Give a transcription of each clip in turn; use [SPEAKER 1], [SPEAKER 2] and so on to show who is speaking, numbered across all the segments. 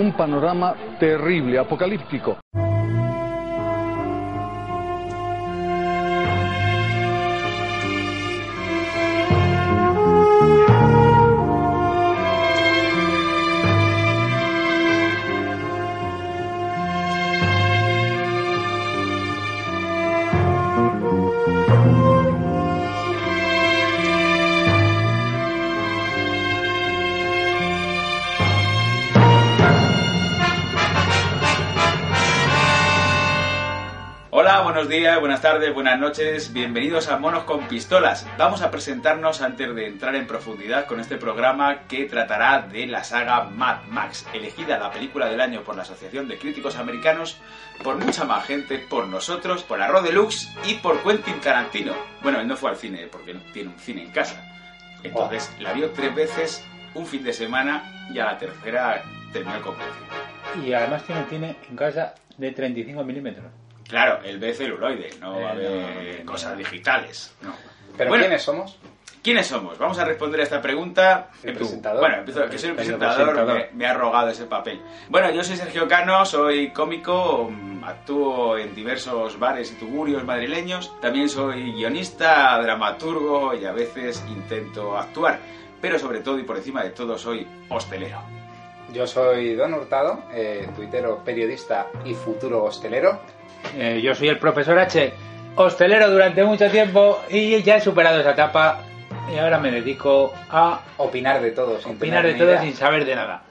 [SPEAKER 1] un panorama terrible, apocalíptico.
[SPEAKER 2] Hola, buenos días, buenas tardes, buenas noches, bienvenidos a Monos con Pistolas. Vamos a presentarnos antes de entrar en profundidad con este programa que tratará de la saga Mad Max, elegida la película del año por la Asociación de Críticos Americanos, por mucha más gente, por nosotros, por Arro Deluxe y por Quentin Tarantino. Bueno, él no fue al cine porque él tiene un cine en casa. Entonces la vio tres veces, un fin de semana y a la tercera terminó el convencido.
[SPEAKER 3] Y además tiene, tiene en casa de 35 milímetros.
[SPEAKER 2] Claro, el de celuloide, no va a
[SPEAKER 3] Eh, no,
[SPEAKER 2] haber
[SPEAKER 3] no, no,
[SPEAKER 2] cosas
[SPEAKER 3] no.
[SPEAKER 2] digitales. No.
[SPEAKER 4] ¿Pero
[SPEAKER 2] Bueno.
[SPEAKER 4] quiénes somos?
[SPEAKER 2] ¿Quiénes somos? Vamos a responder a esta pregunta.
[SPEAKER 4] El
[SPEAKER 2] Empie-
[SPEAKER 4] presentador.
[SPEAKER 2] Bueno, empiezo, que soy el
[SPEAKER 3] El
[SPEAKER 2] presentador,
[SPEAKER 3] presentador.
[SPEAKER 2] Me, me ha rogado ese papel. Bueno, yo soy Sergio Cano, soy cómico, mm, actúo en diversos bares y tugurios madrileños. También soy guionista, dramaturgo y a veces intento actuar. Pero sobre todo y por encima de todo soy hostelero.
[SPEAKER 4] Yo soy Don Hurtado, eh, tuitero, periodista y futuro hostelero.
[SPEAKER 3] Eh, yo soy el profesor H, hostelero durante mucho tiempo y ya he superado esa etapa y ahora me dedico a
[SPEAKER 4] Opinar de todo. sin
[SPEAKER 3] opinar de
[SPEAKER 4] tener ni
[SPEAKER 3] todo
[SPEAKER 4] idea.
[SPEAKER 3] sin saber de nada.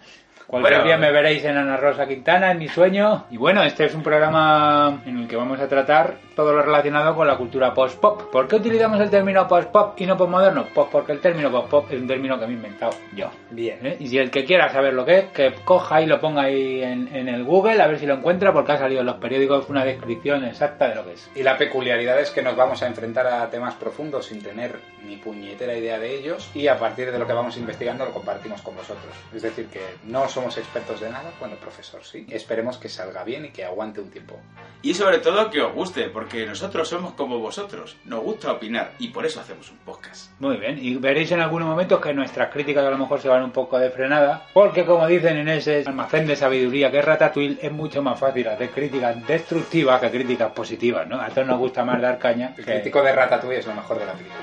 [SPEAKER 3] Cualquier
[SPEAKER 2] Bueno,
[SPEAKER 3] día me veréis en Ana Rosa Quintana, en mi sueño. Y bueno, este es un programa en el que vamos a tratar todo lo relacionado con la cultura post-pop. ¿Por qué utilizamos el término post-pop y no postmoderno? Pues porque el término post-pop es un término que me he inventado yo.
[SPEAKER 4] Bien.
[SPEAKER 3] ¿Eh? Y si el que quiera saber lo que es, que coja y lo ponga ahí en, en el Google a ver si lo encuentra, porque ha salido en los periódicos una descripción exacta de lo que es.
[SPEAKER 4] Y la peculiaridad es que nos vamos a enfrentar a temas profundos sin tener ni puñetera idea de ellos y a partir de lo que vamos investigando lo compartimos con vosotros. Es decir, que no somos expertos de nada, bueno, el profesor sí. Esperemos que salga bien y que aguante un tiempo.
[SPEAKER 2] Y sobre todo que os guste, porque nosotros somos como vosotros. Nos gusta opinar y por eso hacemos un podcast.
[SPEAKER 3] Muy bien, y veréis en algunos momentos que nuestras críticas a lo mejor se van un poco de frenada, porque como dicen en ese almacén de sabiduría que es Ratatouille, es mucho más fácil hacer críticas destructivas que críticas positivas, ¿no? A todos nos gusta más dar caña.
[SPEAKER 4] El
[SPEAKER 3] que-
[SPEAKER 4] crítico de Ratatouille es lo mejor de la película.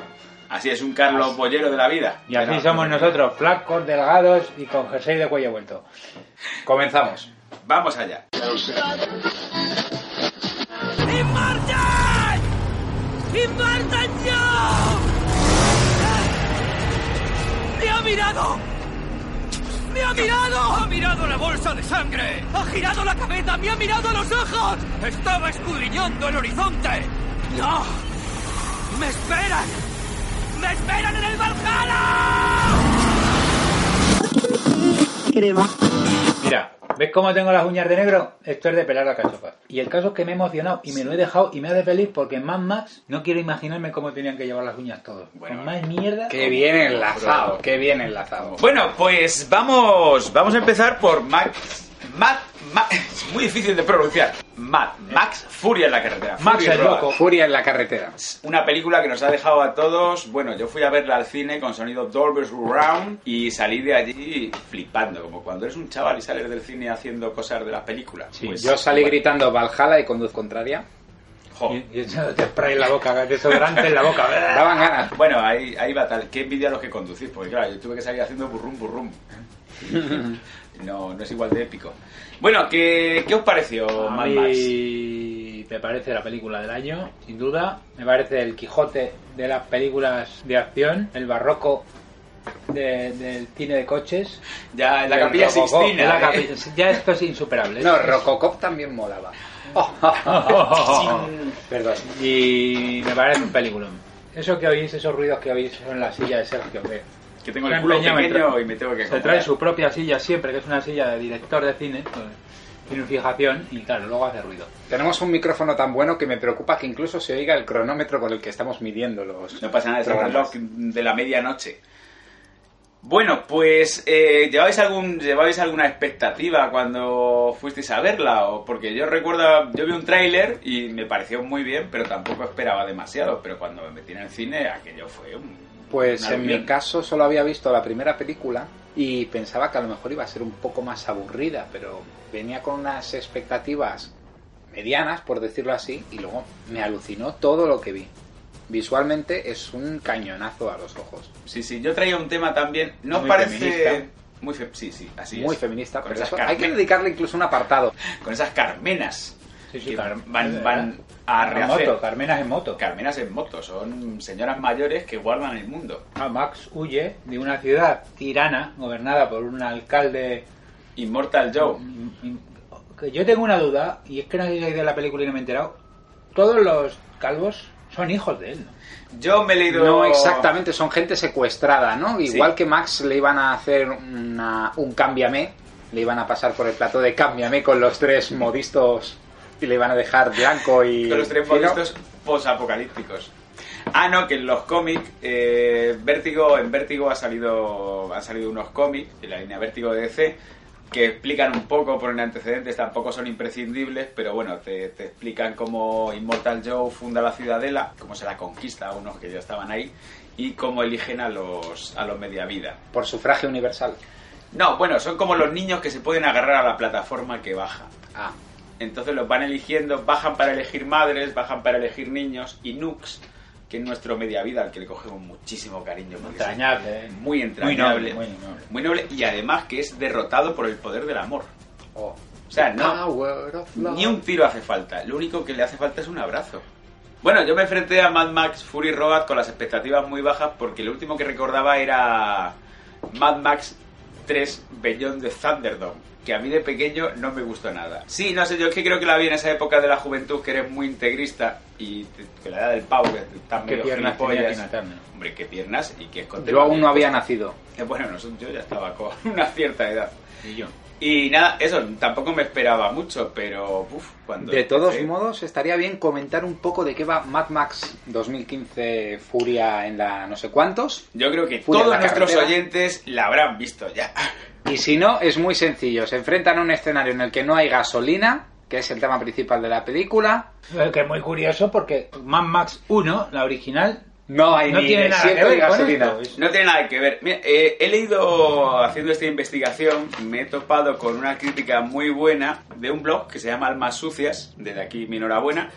[SPEAKER 2] Así es un Carlos Bollero de la vida.
[SPEAKER 3] Y así
[SPEAKER 2] Pero-
[SPEAKER 3] somos nosotros, flacos, delgados y con jersey de cuello vuelto.
[SPEAKER 4] Comenzamos.
[SPEAKER 2] Vamos allá.
[SPEAKER 5] ¡Inmortal! ¡Inmortal yo! ¡Me ha mirado! ¡Me ha mirado! ¡Ha mirado la bolsa de sangre! ¡Ha girado la cabeza! ¡Me ha mirado a los ojos! ¡Estaba escudriñando el horizonte! ¡No! ¡Me esperan! ¡Me esperan en el Valhalla!
[SPEAKER 3] Mira, ¿ves cómo tengo las uñas de negro? Esto es de pelar la cachofa. Y el caso es que me he emocionado y me lo he dejado y me hace feliz porque en Mad Max no quiero imaginarme cómo tenían que llevar las uñas todos.
[SPEAKER 2] Bueno.
[SPEAKER 3] Con más mierda.
[SPEAKER 4] Qué bien enlazado, qué bien enlazado.
[SPEAKER 2] Bueno, pues vamos, vamos a empezar por Max. Max, Max es muy difícil de pronunciar. Max, Max Furia en la carretera.
[SPEAKER 3] Max
[SPEAKER 2] Fury
[SPEAKER 3] el
[SPEAKER 2] Road.
[SPEAKER 3] loco.
[SPEAKER 4] Furia en la carretera.
[SPEAKER 2] Una película que nos ha dejado a todos. Bueno, yo fui a verla al cine con sonido Dolby Round y salí de allí flipando, como cuando eres un chaval y sales del cine haciendo cosas de las películas. Pues,
[SPEAKER 3] Sí,
[SPEAKER 4] Yo salí
[SPEAKER 2] bueno,
[SPEAKER 4] gritando Valhalla y conduz contraria.
[SPEAKER 2] jo.
[SPEAKER 3] Y, y echándote spray en la boca, desodorante en la boca.
[SPEAKER 4] Daban ganas.
[SPEAKER 2] Bueno, ahí, ahí va tal. Qué envidia los que conducís, porque claro, yo tuve que salir haciendo burrum burrum. No, no es igual de épico. Bueno, ¿qué, qué os pareció Mad Max?
[SPEAKER 3] Y me parece la película del año, sin duda. Me parece el Quijote de las películas de acción, el barroco de- del cine de coches.
[SPEAKER 2] Ya, en la
[SPEAKER 3] el
[SPEAKER 2] capilla
[SPEAKER 3] rococó,
[SPEAKER 2] Sixtina.
[SPEAKER 3] en la
[SPEAKER 2] ¿eh?
[SPEAKER 3] capilla- Ya esto es insuperable. ¿eh?
[SPEAKER 4] No,
[SPEAKER 3] Es-
[SPEAKER 4] Rococop también molaba. Perdón.
[SPEAKER 3] y me parece un peliculón. Eso que oís, esos ruidos que oís son la silla de Sergio. Que
[SPEAKER 2] Que tengo
[SPEAKER 3] Se
[SPEAKER 2] el
[SPEAKER 3] ha
[SPEAKER 2] culo
[SPEAKER 3] empeñado en
[SPEAKER 2] pequeño
[SPEAKER 3] tra-
[SPEAKER 2] y me tengo que
[SPEAKER 3] se
[SPEAKER 2] comprar.
[SPEAKER 3] trae su propia silla siempre, que es una silla de director de cine. pues, Tiene fijación y claro, luego hace ruido.
[SPEAKER 4] Tenemos un micrófono tan bueno que me preocupa que incluso se oiga el cronómetro con el que estamos midiendo los.
[SPEAKER 2] No pasa nada, es el reloj
[SPEAKER 4] programas.
[SPEAKER 2] de la medianoche. Bueno, pues eh, ¿llevabais, algún, ¿llevabais alguna expectativa cuando fuisteis a verla? O porque yo recuerdo, yo vi un tráiler y me pareció muy bien, pero tampoco esperaba demasiado. Pero cuando me metí en el cine, aquello fue un
[SPEAKER 4] Pues
[SPEAKER 2] Una
[SPEAKER 4] en
[SPEAKER 2] aluvión.
[SPEAKER 4] mi caso solo había visto la primera película y pensaba que a lo mejor iba a ser un poco más aburrida, pero venía con unas expectativas medianas, por decirlo así, y luego me alucinó todo lo que vi. Visualmente es un cañonazo a los ojos.
[SPEAKER 2] Sí, sí, yo traía un tema también. ¿No os
[SPEAKER 4] Muy
[SPEAKER 2] parece
[SPEAKER 4] feminista.
[SPEAKER 2] muy fe- sí, sí, así
[SPEAKER 4] Muy
[SPEAKER 2] es.
[SPEAKER 4] feminista,
[SPEAKER 2] Con
[SPEAKER 4] pero
[SPEAKER 2] esas
[SPEAKER 4] eso hay
[SPEAKER 2] carmen-
[SPEAKER 4] que dedicarle incluso un apartado.
[SPEAKER 2] con esas carmenas
[SPEAKER 3] Sí, sí,
[SPEAKER 2] que
[SPEAKER 3] Car-
[SPEAKER 2] van,
[SPEAKER 4] eh,
[SPEAKER 3] es
[SPEAKER 2] van
[SPEAKER 3] verdad.
[SPEAKER 2] a
[SPEAKER 3] En
[SPEAKER 2] rehacer.
[SPEAKER 3] moto, Carmenas en moto.
[SPEAKER 2] Carmenas en moto, son señoras mayores que guardan el mundo.
[SPEAKER 3] Ah, Max huye de una ciudad tirana gobernada por un alcalde.
[SPEAKER 2] Immortal Joe.
[SPEAKER 4] Mm-hmm.
[SPEAKER 3] Mm, mm, que Yo tengo una duda, y es que no sé si hay de la película y no me he enterado. Todos los calvos son hijos de él, ¿no?
[SPEAKER 2] Yo me he leído...
[SPEAKER 4] No exactamente, son gente secuestrada, ¿no?
[SPEAKER 2] Sí.
[SPEAKER 4] Igual que Max le iban a hacer una- un cámbiame, le iban a pasar por el plato de cámbiame con los tres modistos y le iban a dejar blanco y...
[SPEAKER 2] Con los tres
[SPEAKER 4] fino.
[SPEAKER 2] posapocalípticos. posapocalípticos. Ah, no, que en los cómics, eh, Vértigo, en Vértigo ha salido, han salido unos cómics, en la línea Vértigo de DC, que explican un poco, ponen antecedentes, tampoco son imprescindibles, pero bueno, te, te explican cómo Immortal Joe funda la ciudadela, cómo se la conquista a unos que ya estaban ahí, y cómo eligen a los, a los media vida.
[SPEAKER 4] Por sufragio universal.
[SPEAKER 2] No, bueno, son como los niños que se pueden agarrar a la plataforma que baja.
[SPEAKER 4] Ah,
[SPEAKER 2] Entonces los van eligiendo, bajan para elegir madres, bajan para elegir niños y Nux, que es nuestro media vida al que le cogemos muchísimo cariño. porque es
[SPEAKER 3] Entrañable, ¿eh?
[SPEAKER 2] Muy entrañable.
[SPEAKER 3] Muy noble, muy noble.
[SPEAKER 2] Muy noble, y además que es derrotado por el poder del amor.
[SPEAKER 4] oh.
[SPEAKER 2] O sea, no,
[SPEAKER 4] Power of love.
[SPEAKER 2] ni un tiro hace falta. Lo único que le hace falta es un abrazo. Bueno, yo me enfrenté a Mad Max Fury Road con las expectativas muy bajas porque lo último que recordaba era Mad Max 3 Beyond de Thunderdome, que a mí de pequeño no me gustó nada. Sí, no sé, yo es que creo que la vi en esa época de la juventud que eres muy integrista y te- que la edad del pavo, que estás
[SPEAKER 3] Qué
[SPEAKER 2] medio
[SPEAKER 3] piernas tenía
[SPEAKER 2] gilipollas.
[SPEAKER 3] que matarme.
[SPEAKER 2] Hombre, qué piernas y qué escote.
[SPEAKER 4] Yo aún no había nacido.
[SPEAKER 2] Eh, Bueno, no, yo ya estaba con una cierta edad.
[SPEAKER 3] Y yo.
[SPEAKER 2] Y nada, eso, tampoco me esperaba mucho, pero uf, cuando...
[SPEAKER 4] De todos
[SPEAKER 2] empecé-
[SPEAKER 4] modos, estaría bien comentar un poco de qué va Mad Max 2015 Furia en la no sé cuántos.
[SPEAKER 2] Yo creo que
[SPEAKER 4] Fui en
[SPEAKER 2] todos
[SPEAKER 4] la
[SPEAKER 2] nuestros
[SPEAKER 4] carretera.
[SPEAKER 2] oyentes la habrán visto ya.
[SPEAKER 4] Y si no, es muy sencillo. Se enfrentan a un escenario en el que no hay gasolina, que es el tema principal de la película.
[SPEAKER 3] Eh, Que es muy curioso porque Mad Max 1, la original,
[SPEAKER 4] No hay
[SPEAKER 3] no
[SPEAKER 4] ni
[SPEAKER 3] tiene nada que
[SPEAKER 4] desierto
[SPEAKER 3] ver
[SPEAKER 4] ni
[SPEAKER 3] con
[SPEAKER 4] gasolina.
[SPEAKER 3] esto.
[SPEAKER 2] No tiene nada que ver. Mira, eh, he leído, haciendo esta investigación, me he topado con una crítica muy buena de un blog que se llama Almas Sucias, desde aquí mi enhorabuena.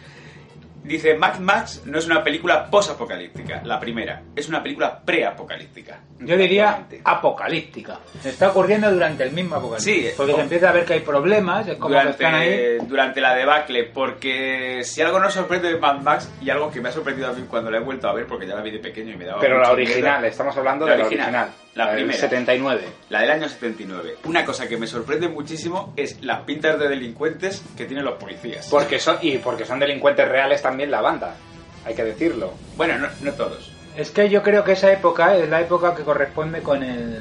[SPEAKER 2] Dice, Mad Max no es una película posapocalíptica, la primera, es una película preapocalíptica.
[SPEAKER 3] Yo diría
[SPEAKER 4] Efectivamente.
[SPEAKER 3] apocalíptica. Está ocurriendo durante el mismo apocalipsis.
[SPEAKER 4] eh,
[SPEAKER 2] Sí,
[SPEAKER 4] oh.
[SPEAKER 3] porque
[SPEAKER 2] o-
[SPEAKER 3] se empieza a ver que hay problemas, es como que están ahí.
[SPEAKER 2] durante, durante la debacle, porque si algo nos sorprende de Mad Max, y algo que me ha sorprendido a mí cuando la he vuelto a ver, porque ya la vi de pequeño y me daba
[SPEAKER 4] Pero la
[SPEAKER 2] mucha
[SPEAKER 4] original,
[SPEAKER 2] mierda.
[SPEAKER 4] estamos hablando
[SPEAKER 2] La
[SPEAKER 4] de la
[SPEAKER 2] original,
[SPEAKER 4] original.
[SPEAKER 2] la
[SPEAKER 4] del
[SPEAKER 2] primera.
[SPEAKER 4] 79.
[SPEAKER 2] La del año 79. Una cosa que me sorprende muchísimo es las pintas de delincuentes que tienen los policías.
[SPEAKER 4] Porque son, y porque son delincuentes reales también la banda. Hay que decirlo.
[SPEAKER 2] Bueno, no, no todos.
[SPEAKER 3] Es que yo creo que esa época es la época que corresponde con el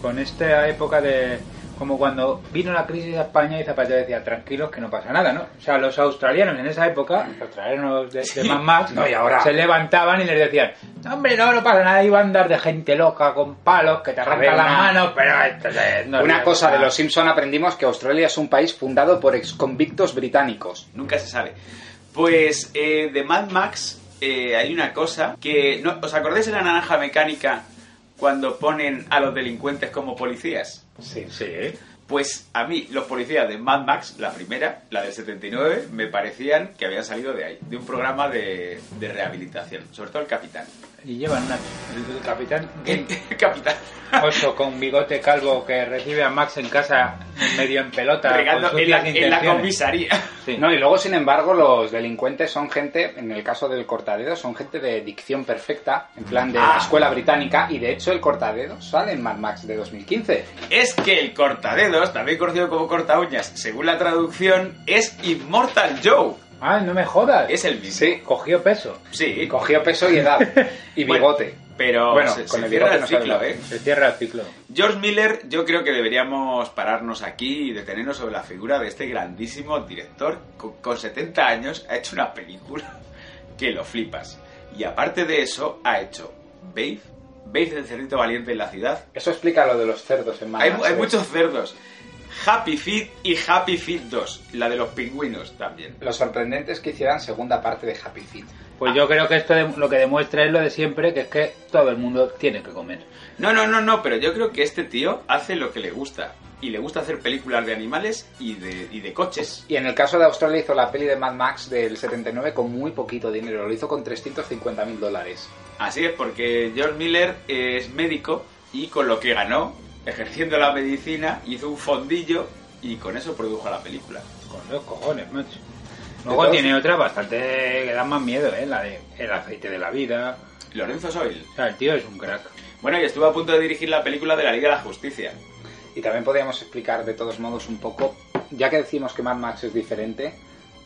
[SPEAKER 3] con esta época de como cuando vino la crisis a España y Zapatero decía tranquilos que no pasa nada, ¿no? O sea, los australianos en esa época, los australianos de, de Mad Max,
[SPEAKER 4] no, y ahora.
[SPEAKER 3] se levantaban y les decían, hombre, no, no pasa nada, hay bandas de gente loca con palos que te
[SPEAKER 4] Joder,
[SPEAKER 3] arrancan las
[SPEAKER 4] una-
[SPEAKER 3] manos, pero esto es eh,
[SPEAKER 4] Una
[SPEAKER 3] normal".
[SPEAKER 4] cosa de los Simpson aprendimos que Australia es un país fundado por exconvictos británicos.
[SPEAKER 2] Nunca se sabe. Pues eh, de Mad Max eh, hay una cosa que... no- ¿Os acordáis de la naranja mecánica cuando ponen a los delincuentes como policías?
[SPEAKER 4] Sí.
[SPEAKER 3] Sí.
[SPEAKER 2] Pues a mí los policías de Mad Max, la primera, la del 79, me parecían que habían salido de ahí, de un programa de, de rehabilitación, sobre todo el capitán.
[SPEAKER 3] Y llevan una, el, el capitán,
[SPEAKER 2] El, el capitán.
[SPEAKER 3] oso con bigote calvo que recibe a Max en casa medio en pelota
[SPEAKER 2] regando
[SPEAKER 3] con
[SPEAKER 2] en la-
[SPEAKER 3] sucias
[SPEAKER 2] en la
[SPEAKER 3] intenciones.
[SPEAKER 2] comisaría.
[SPEAKER 3] Sí.
[SPEAKER 4] No, y luego, sin embargo, los delincuentes son gente, en el caso del cortadedo, son gente de dicción perfecta, en plan de
[SPEAKER 2] Ah.
[SPEAKER 4] la escuela británica, y de hecho el cortadedo sale en Mad Max de 2015.
[SPEAKER 2] es que el cortadedos, también conocido como corta uñas, según la traducción, es Immortal Joe.
[SPEAKER 3] Ah, no me jodas.
[SPEAKER 2] Es el mismo.
[SPEAKER 4] Sí,
[SPEAKER 3] Cogió peso.
[SPEAKER 2] Sí.
[SPEAKER 4] y cogió peso y edad, y
[SPEAKER 2] Bueno,
[SPEAKER 4] bigote.
[SPEAKER 2] Pero
[SPEAKER 4] Bueno,
[SPEAKER 2] se-
[SPEAKER 4] con
[SPEAKER 2] se
[SPEAKER 4] el
[SPEAKER 2] cierra
[SPEAKER 4] bigote
[SPEAKER 2] el
[SPEAKER 4] no sabe
[SPEAKER 2] ciclo,
[SPEAKER 4] nada.
[SPEAKER 2] ¿eh?
[SPEAKER 3] Se cierra el ciclo.
[SPEAKER 2] George Miller, yo creo que deberíamos pararnos aquí y detenernos sobre la figura de este grandísimo director que con 70 años ha hecho una película que lo flipas. Y aparte de eso, ha hecho Babe, Babe del Cerdito Valiente en la ciudad.
[SPEAKER 4] Eso explica lo de los cerdos en eh. Mad
[SPEAKER 2] Hay,
[SPEAKER 4] Max.
[SPEAKER 2] hay
[SPEAKER 4] ¿ves?
[SPEAKER 2] muchos cerdos. Happy Feet y Happy Feet 2, la de los pingüinos también.
[SPEAKER 4] Lo sorprendente es que hicieran segunda parte de Happy Feet.
[SPEAKER 3] Pues yo creo que esto de- lo que demuestra es lo de siempre, que es que todo el mundo tiene que comer.
[SPEAKER 2] No, no, no, no, pero yo creo que este tío hace lo que le gusta. Y le gusta hacer películas de animales y de, y de coches.
[SPEAKER 4] Y en el caso de Australia hizo la peli de Mad Max del 79 con muy poquito dinero, lo hizo con 350 mil dólares.
[SPEAKER 2] Así es, porque George Miller es médico y con lo que ganó, ejerciendo la medicina, hizo un fondillo y con eso produjo la película.
[SPEAKER 3] Con los cojones, macho.
[SPEAKER 4] De
[SPEAKER 3] Luego
[SPEAKER 4] todos-
[SPEAKER 3] tiene otra bastante que dan más miedo, ¿eh? La de El aceite de la vida.
[SPEAKER 2] Lorenzo Soil.
[SPEAKER 3] O sea, el tío es un crack.
[SPEAKER 2] Bueno, y estuvo a punto de dirigir la película de la Liga de la Justicia.
[SPEAKER 4] Y también podríamos explicar de todos modos un poco, ya que decimos que Mad Max es diferente,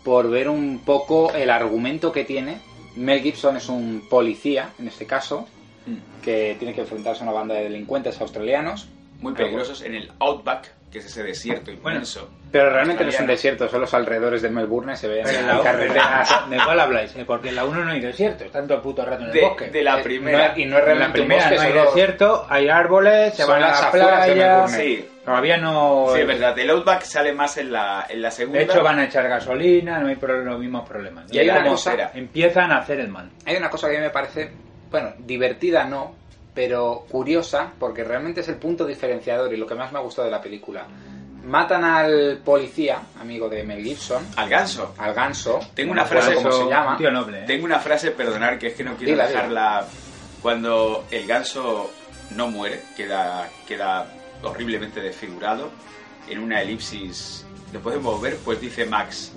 [SPEAKER 4] por ver un poco el argumento que tiene. Mel Gibson es un policía, en este caso,
[SPEAKER 3] Mm. Ah,
[SPEAKER 4] que tiene que enfrentarse a una banda de delincuentes australianos.
[SPEAKER 2] Muy peligrosos en el Outback, que es ese desierto inmenso.
[SPEAKER 4] Pero realmente no es un
[SPEAKER 2] Australiano.
[SPEAKER 4] desierto, son los alrededores de Melbourne, se ven en
[SPEAKER 3] En
[SPEAKER 4] la carretera.
[SPEAKER 3] la- ¿De cuál habláis? Eh, Porque en la 1 no hay desierto, están todo el puto rato en el
[SPEAKER 2] De-
[SPEAKER 3] bosque.
[SPEAKER 2] de la
[SPEAKER 3] Eh,
[SPEAKER 2] primera.
[SPEAKER 4] y no
[SPEAKER 3] en
[SPEAKER 4] es
[SPEAKER 3] la
[SPEAKER 4] realmente un
[SPEAKER 3] primera
[SPEAKER 4] bosque,
[SPEAKER 3] no hay
[SPEAKER 4] solo-
[SPEAKER 3] desierto, hay árboles, se
[SPEAKER 4] Son
[SPEAKER 3] van a
[SPEAKER 4] las
[SPEAKER 3] la
[SPEAKER 4] afueras de
[SPEAKER 3] playa.
[SPEAKER 4] Melbourne.
[SPEAKER 2] Sí,
[SPEAKER 3] Todavía no.
[SPEAKER 2] sí, es verdad. El Outback sale más en la, en la segunda.
[SPEAKER 3] De hecho, van a echar gasolina, no hay pro- los mismos problemas.
[SPEAKER 2] Y hay
[SPEAKER 3] Ya
[SPEAKER 2] una
[SPEAKER 3] como
[SPEAKER 2] cosa-
[SPEAKER 3] Empiezan a hacer el mal.
[SPEAKER 4] Hay una cosa que a mí me parece, bueno, divertida no, pero curiosa, porque realmente es el punto diferenciador y lo que más me ha gustado de la película. Matan al policía, amigo de Mel Gibson,
[SPEAKER 2] Al ganso.
[SPEAKER 4] al ganso.
[SPEAKER 2] Tengo una
[SPEAKER 4] no recuerdo
[SPEAKER 2] frase-
[SPEAKER 4] cómo
[SPEAKER 3] Eso,
[SPEAKER 4] se llama.
[SPEAKER 3] un tío noble. ¿eh?
[SPEAKER 2] Tengo una frase, perdonar, que es que no quiero
[SPEAKER 4] Dila, dila.
[SPEAKER 2] dejarla. Cuando el ganso no muere, queda, queda horriblemente desfigurado en una elipsis. Después de mover, pues dice Max: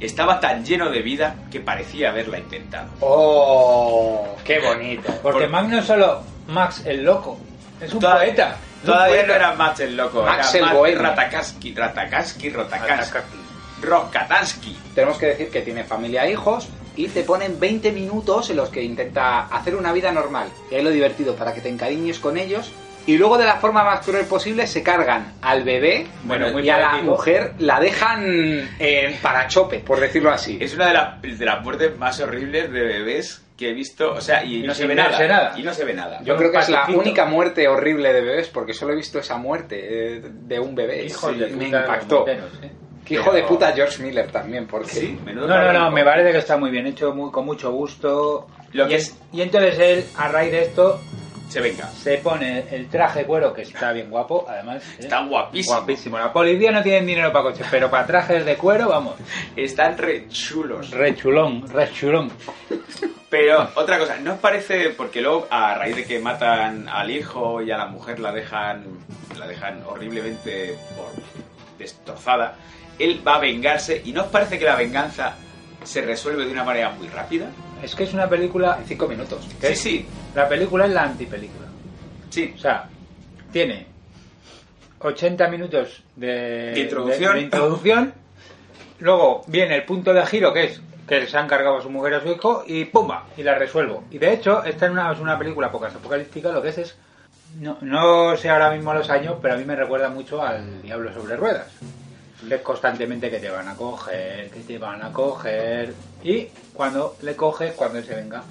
[SPEAKER 2] Estaba tan lleno de vida que parecía haberla intentado.
[SPEAKER 4] ¡Oh! ¡Qué bonito!
[SPEAKER 3] Porque
[SPEAKER 2] Por-
[SPEAKER 3] Max no es solo Max el loco, es un
[SPEAKER 2] Toda-
[SPEAKER 3] poeta. es un
[SPEAKER 2] Todavía no
[SPEAKER 3] poeta.
[SPEAKER 2] era Max el loco,
[SPEAKER 4] Max el
[SPEAKER 2] era Max
[SPEAKER 4] bohemio.
[SPEAKER 2] Ratakaski, Ratakaski, Ratakaski,
[SPEAKER 3] Atacaki.
[SPEAKER 2] Rokatansky.
[SPEAKER 4] Tenemos que decir que tiene familia e hijos y te ponen 20 minutos en los que intenta hacer una vida normal. Y ahí lo divertido, para que te encariñes con ellos. Y luego de la forma más cruel posible se cargan al bebé
[SPEAKER 2] Bueno, muy
[SPEAKER 4] y a la
[SPEAKER 2] poético.
[SPEAKER 4] mujer la dejan eh, para chope, por decirlo así.
[SPEAKER 2] Es una de, las- de las muertes más horribles de bebés que he visto, o sea, y,
[SPEAKER 3] Y
[SPEAKER 2] no se
[SPEAKER 3] sin
[SPEAKER 2] ve nada,
[SPEAKER 3] verse nada.
[SPEAKER 2] Y no se ve nada.
[SPEAKER 4] Yo
[SPEAKER 3] un
[SPEAKER 4] creo que es la
[SPEAKER 3] patecito.
[SPEAKER 4] única muerte horrible de bebés porque solo he visto esa muerte eh, de un bebé.
[SPEAKER 3] Hijos
[SPEAKER 4] Sí,
[SPEAKER 3] de puta
[SPEAKER 4] me
[SPEAKER 3] los
[SPEAKER 4] impactó.
[SPEAKER 3] monteros, ¿eh?
[SPEAKER 4] Qué hijo de
[SPEAKER 2] Pero-
[SPEAKER 4] puta George Miller también, porque...
[SPEAKER 2] Sí, menudo
[SPEAKER 3] No, no, no,
[SPEAKER 2] cabrón.
[SPEAKER 3] me parece que está muy bien hecho, muy, con mucho gusto.
[SPEAKER 2] Lo
[SPEAKER 3] y,
[SPEAKER 2] que
[SPEAKER 3] en-
[SPEAKER 2] es-
[SPEAKER 3] y entonces él, a raíz de esto,
[SPEAKER 2] Se venga.
[SPEAKER 3] se pone el traje cuero, que está bien guapo, además. ¿eh?
[SPEAKER 2] Está guapísimo.
[SPEAKER 3] guapísimo. La policía no tiene dinero para coches, pero para trajes de cuero, vamos.
[SPEAKER 2] Están re chulos.
[SPEAKER 3] Re chulón, re chulón.
[SPEAKER 2] Pero otra cosa, ¿no os parece? Porque luego, a raíz de que matan al hijo y a la mujer la dejan, la dejan horriblemente por- destrozada, él va a vengarse y ¿no os parece que la venganza se resuelve de una manera muy rápida?
[SPEAKER 3] Es que es una película.
[SPEAKER 4] En cinco minutos.
[SPEAKER 3] ¿Qué?
[SPEAKER 2] Sí,
[SPEAKER 3] La película es la antipelícula.
[SPEAKER 2] sí,
[SPEAKER 3] O
[SPEAKER 2] sí.
[SPEAKER 3] sea, tiene 80 minutos de,
[SPEAKER 2] De introducción.
[SPEAKER 3] de- de introducción. Luego viene el punto de giro que es que se han cargado a su mujer o a su hijo y ¡pumba! Y la resuelvo. Y de hecho, esta es una, es una película pocas apocalíptica, lo que es es... No, no sé ahora mismo los años, pero a mí me recuerda mucho al Diablo sobre ruedas. Que es constantemente que te van a coger, que te van a coger... Y cuando le coges, cuando él se venga.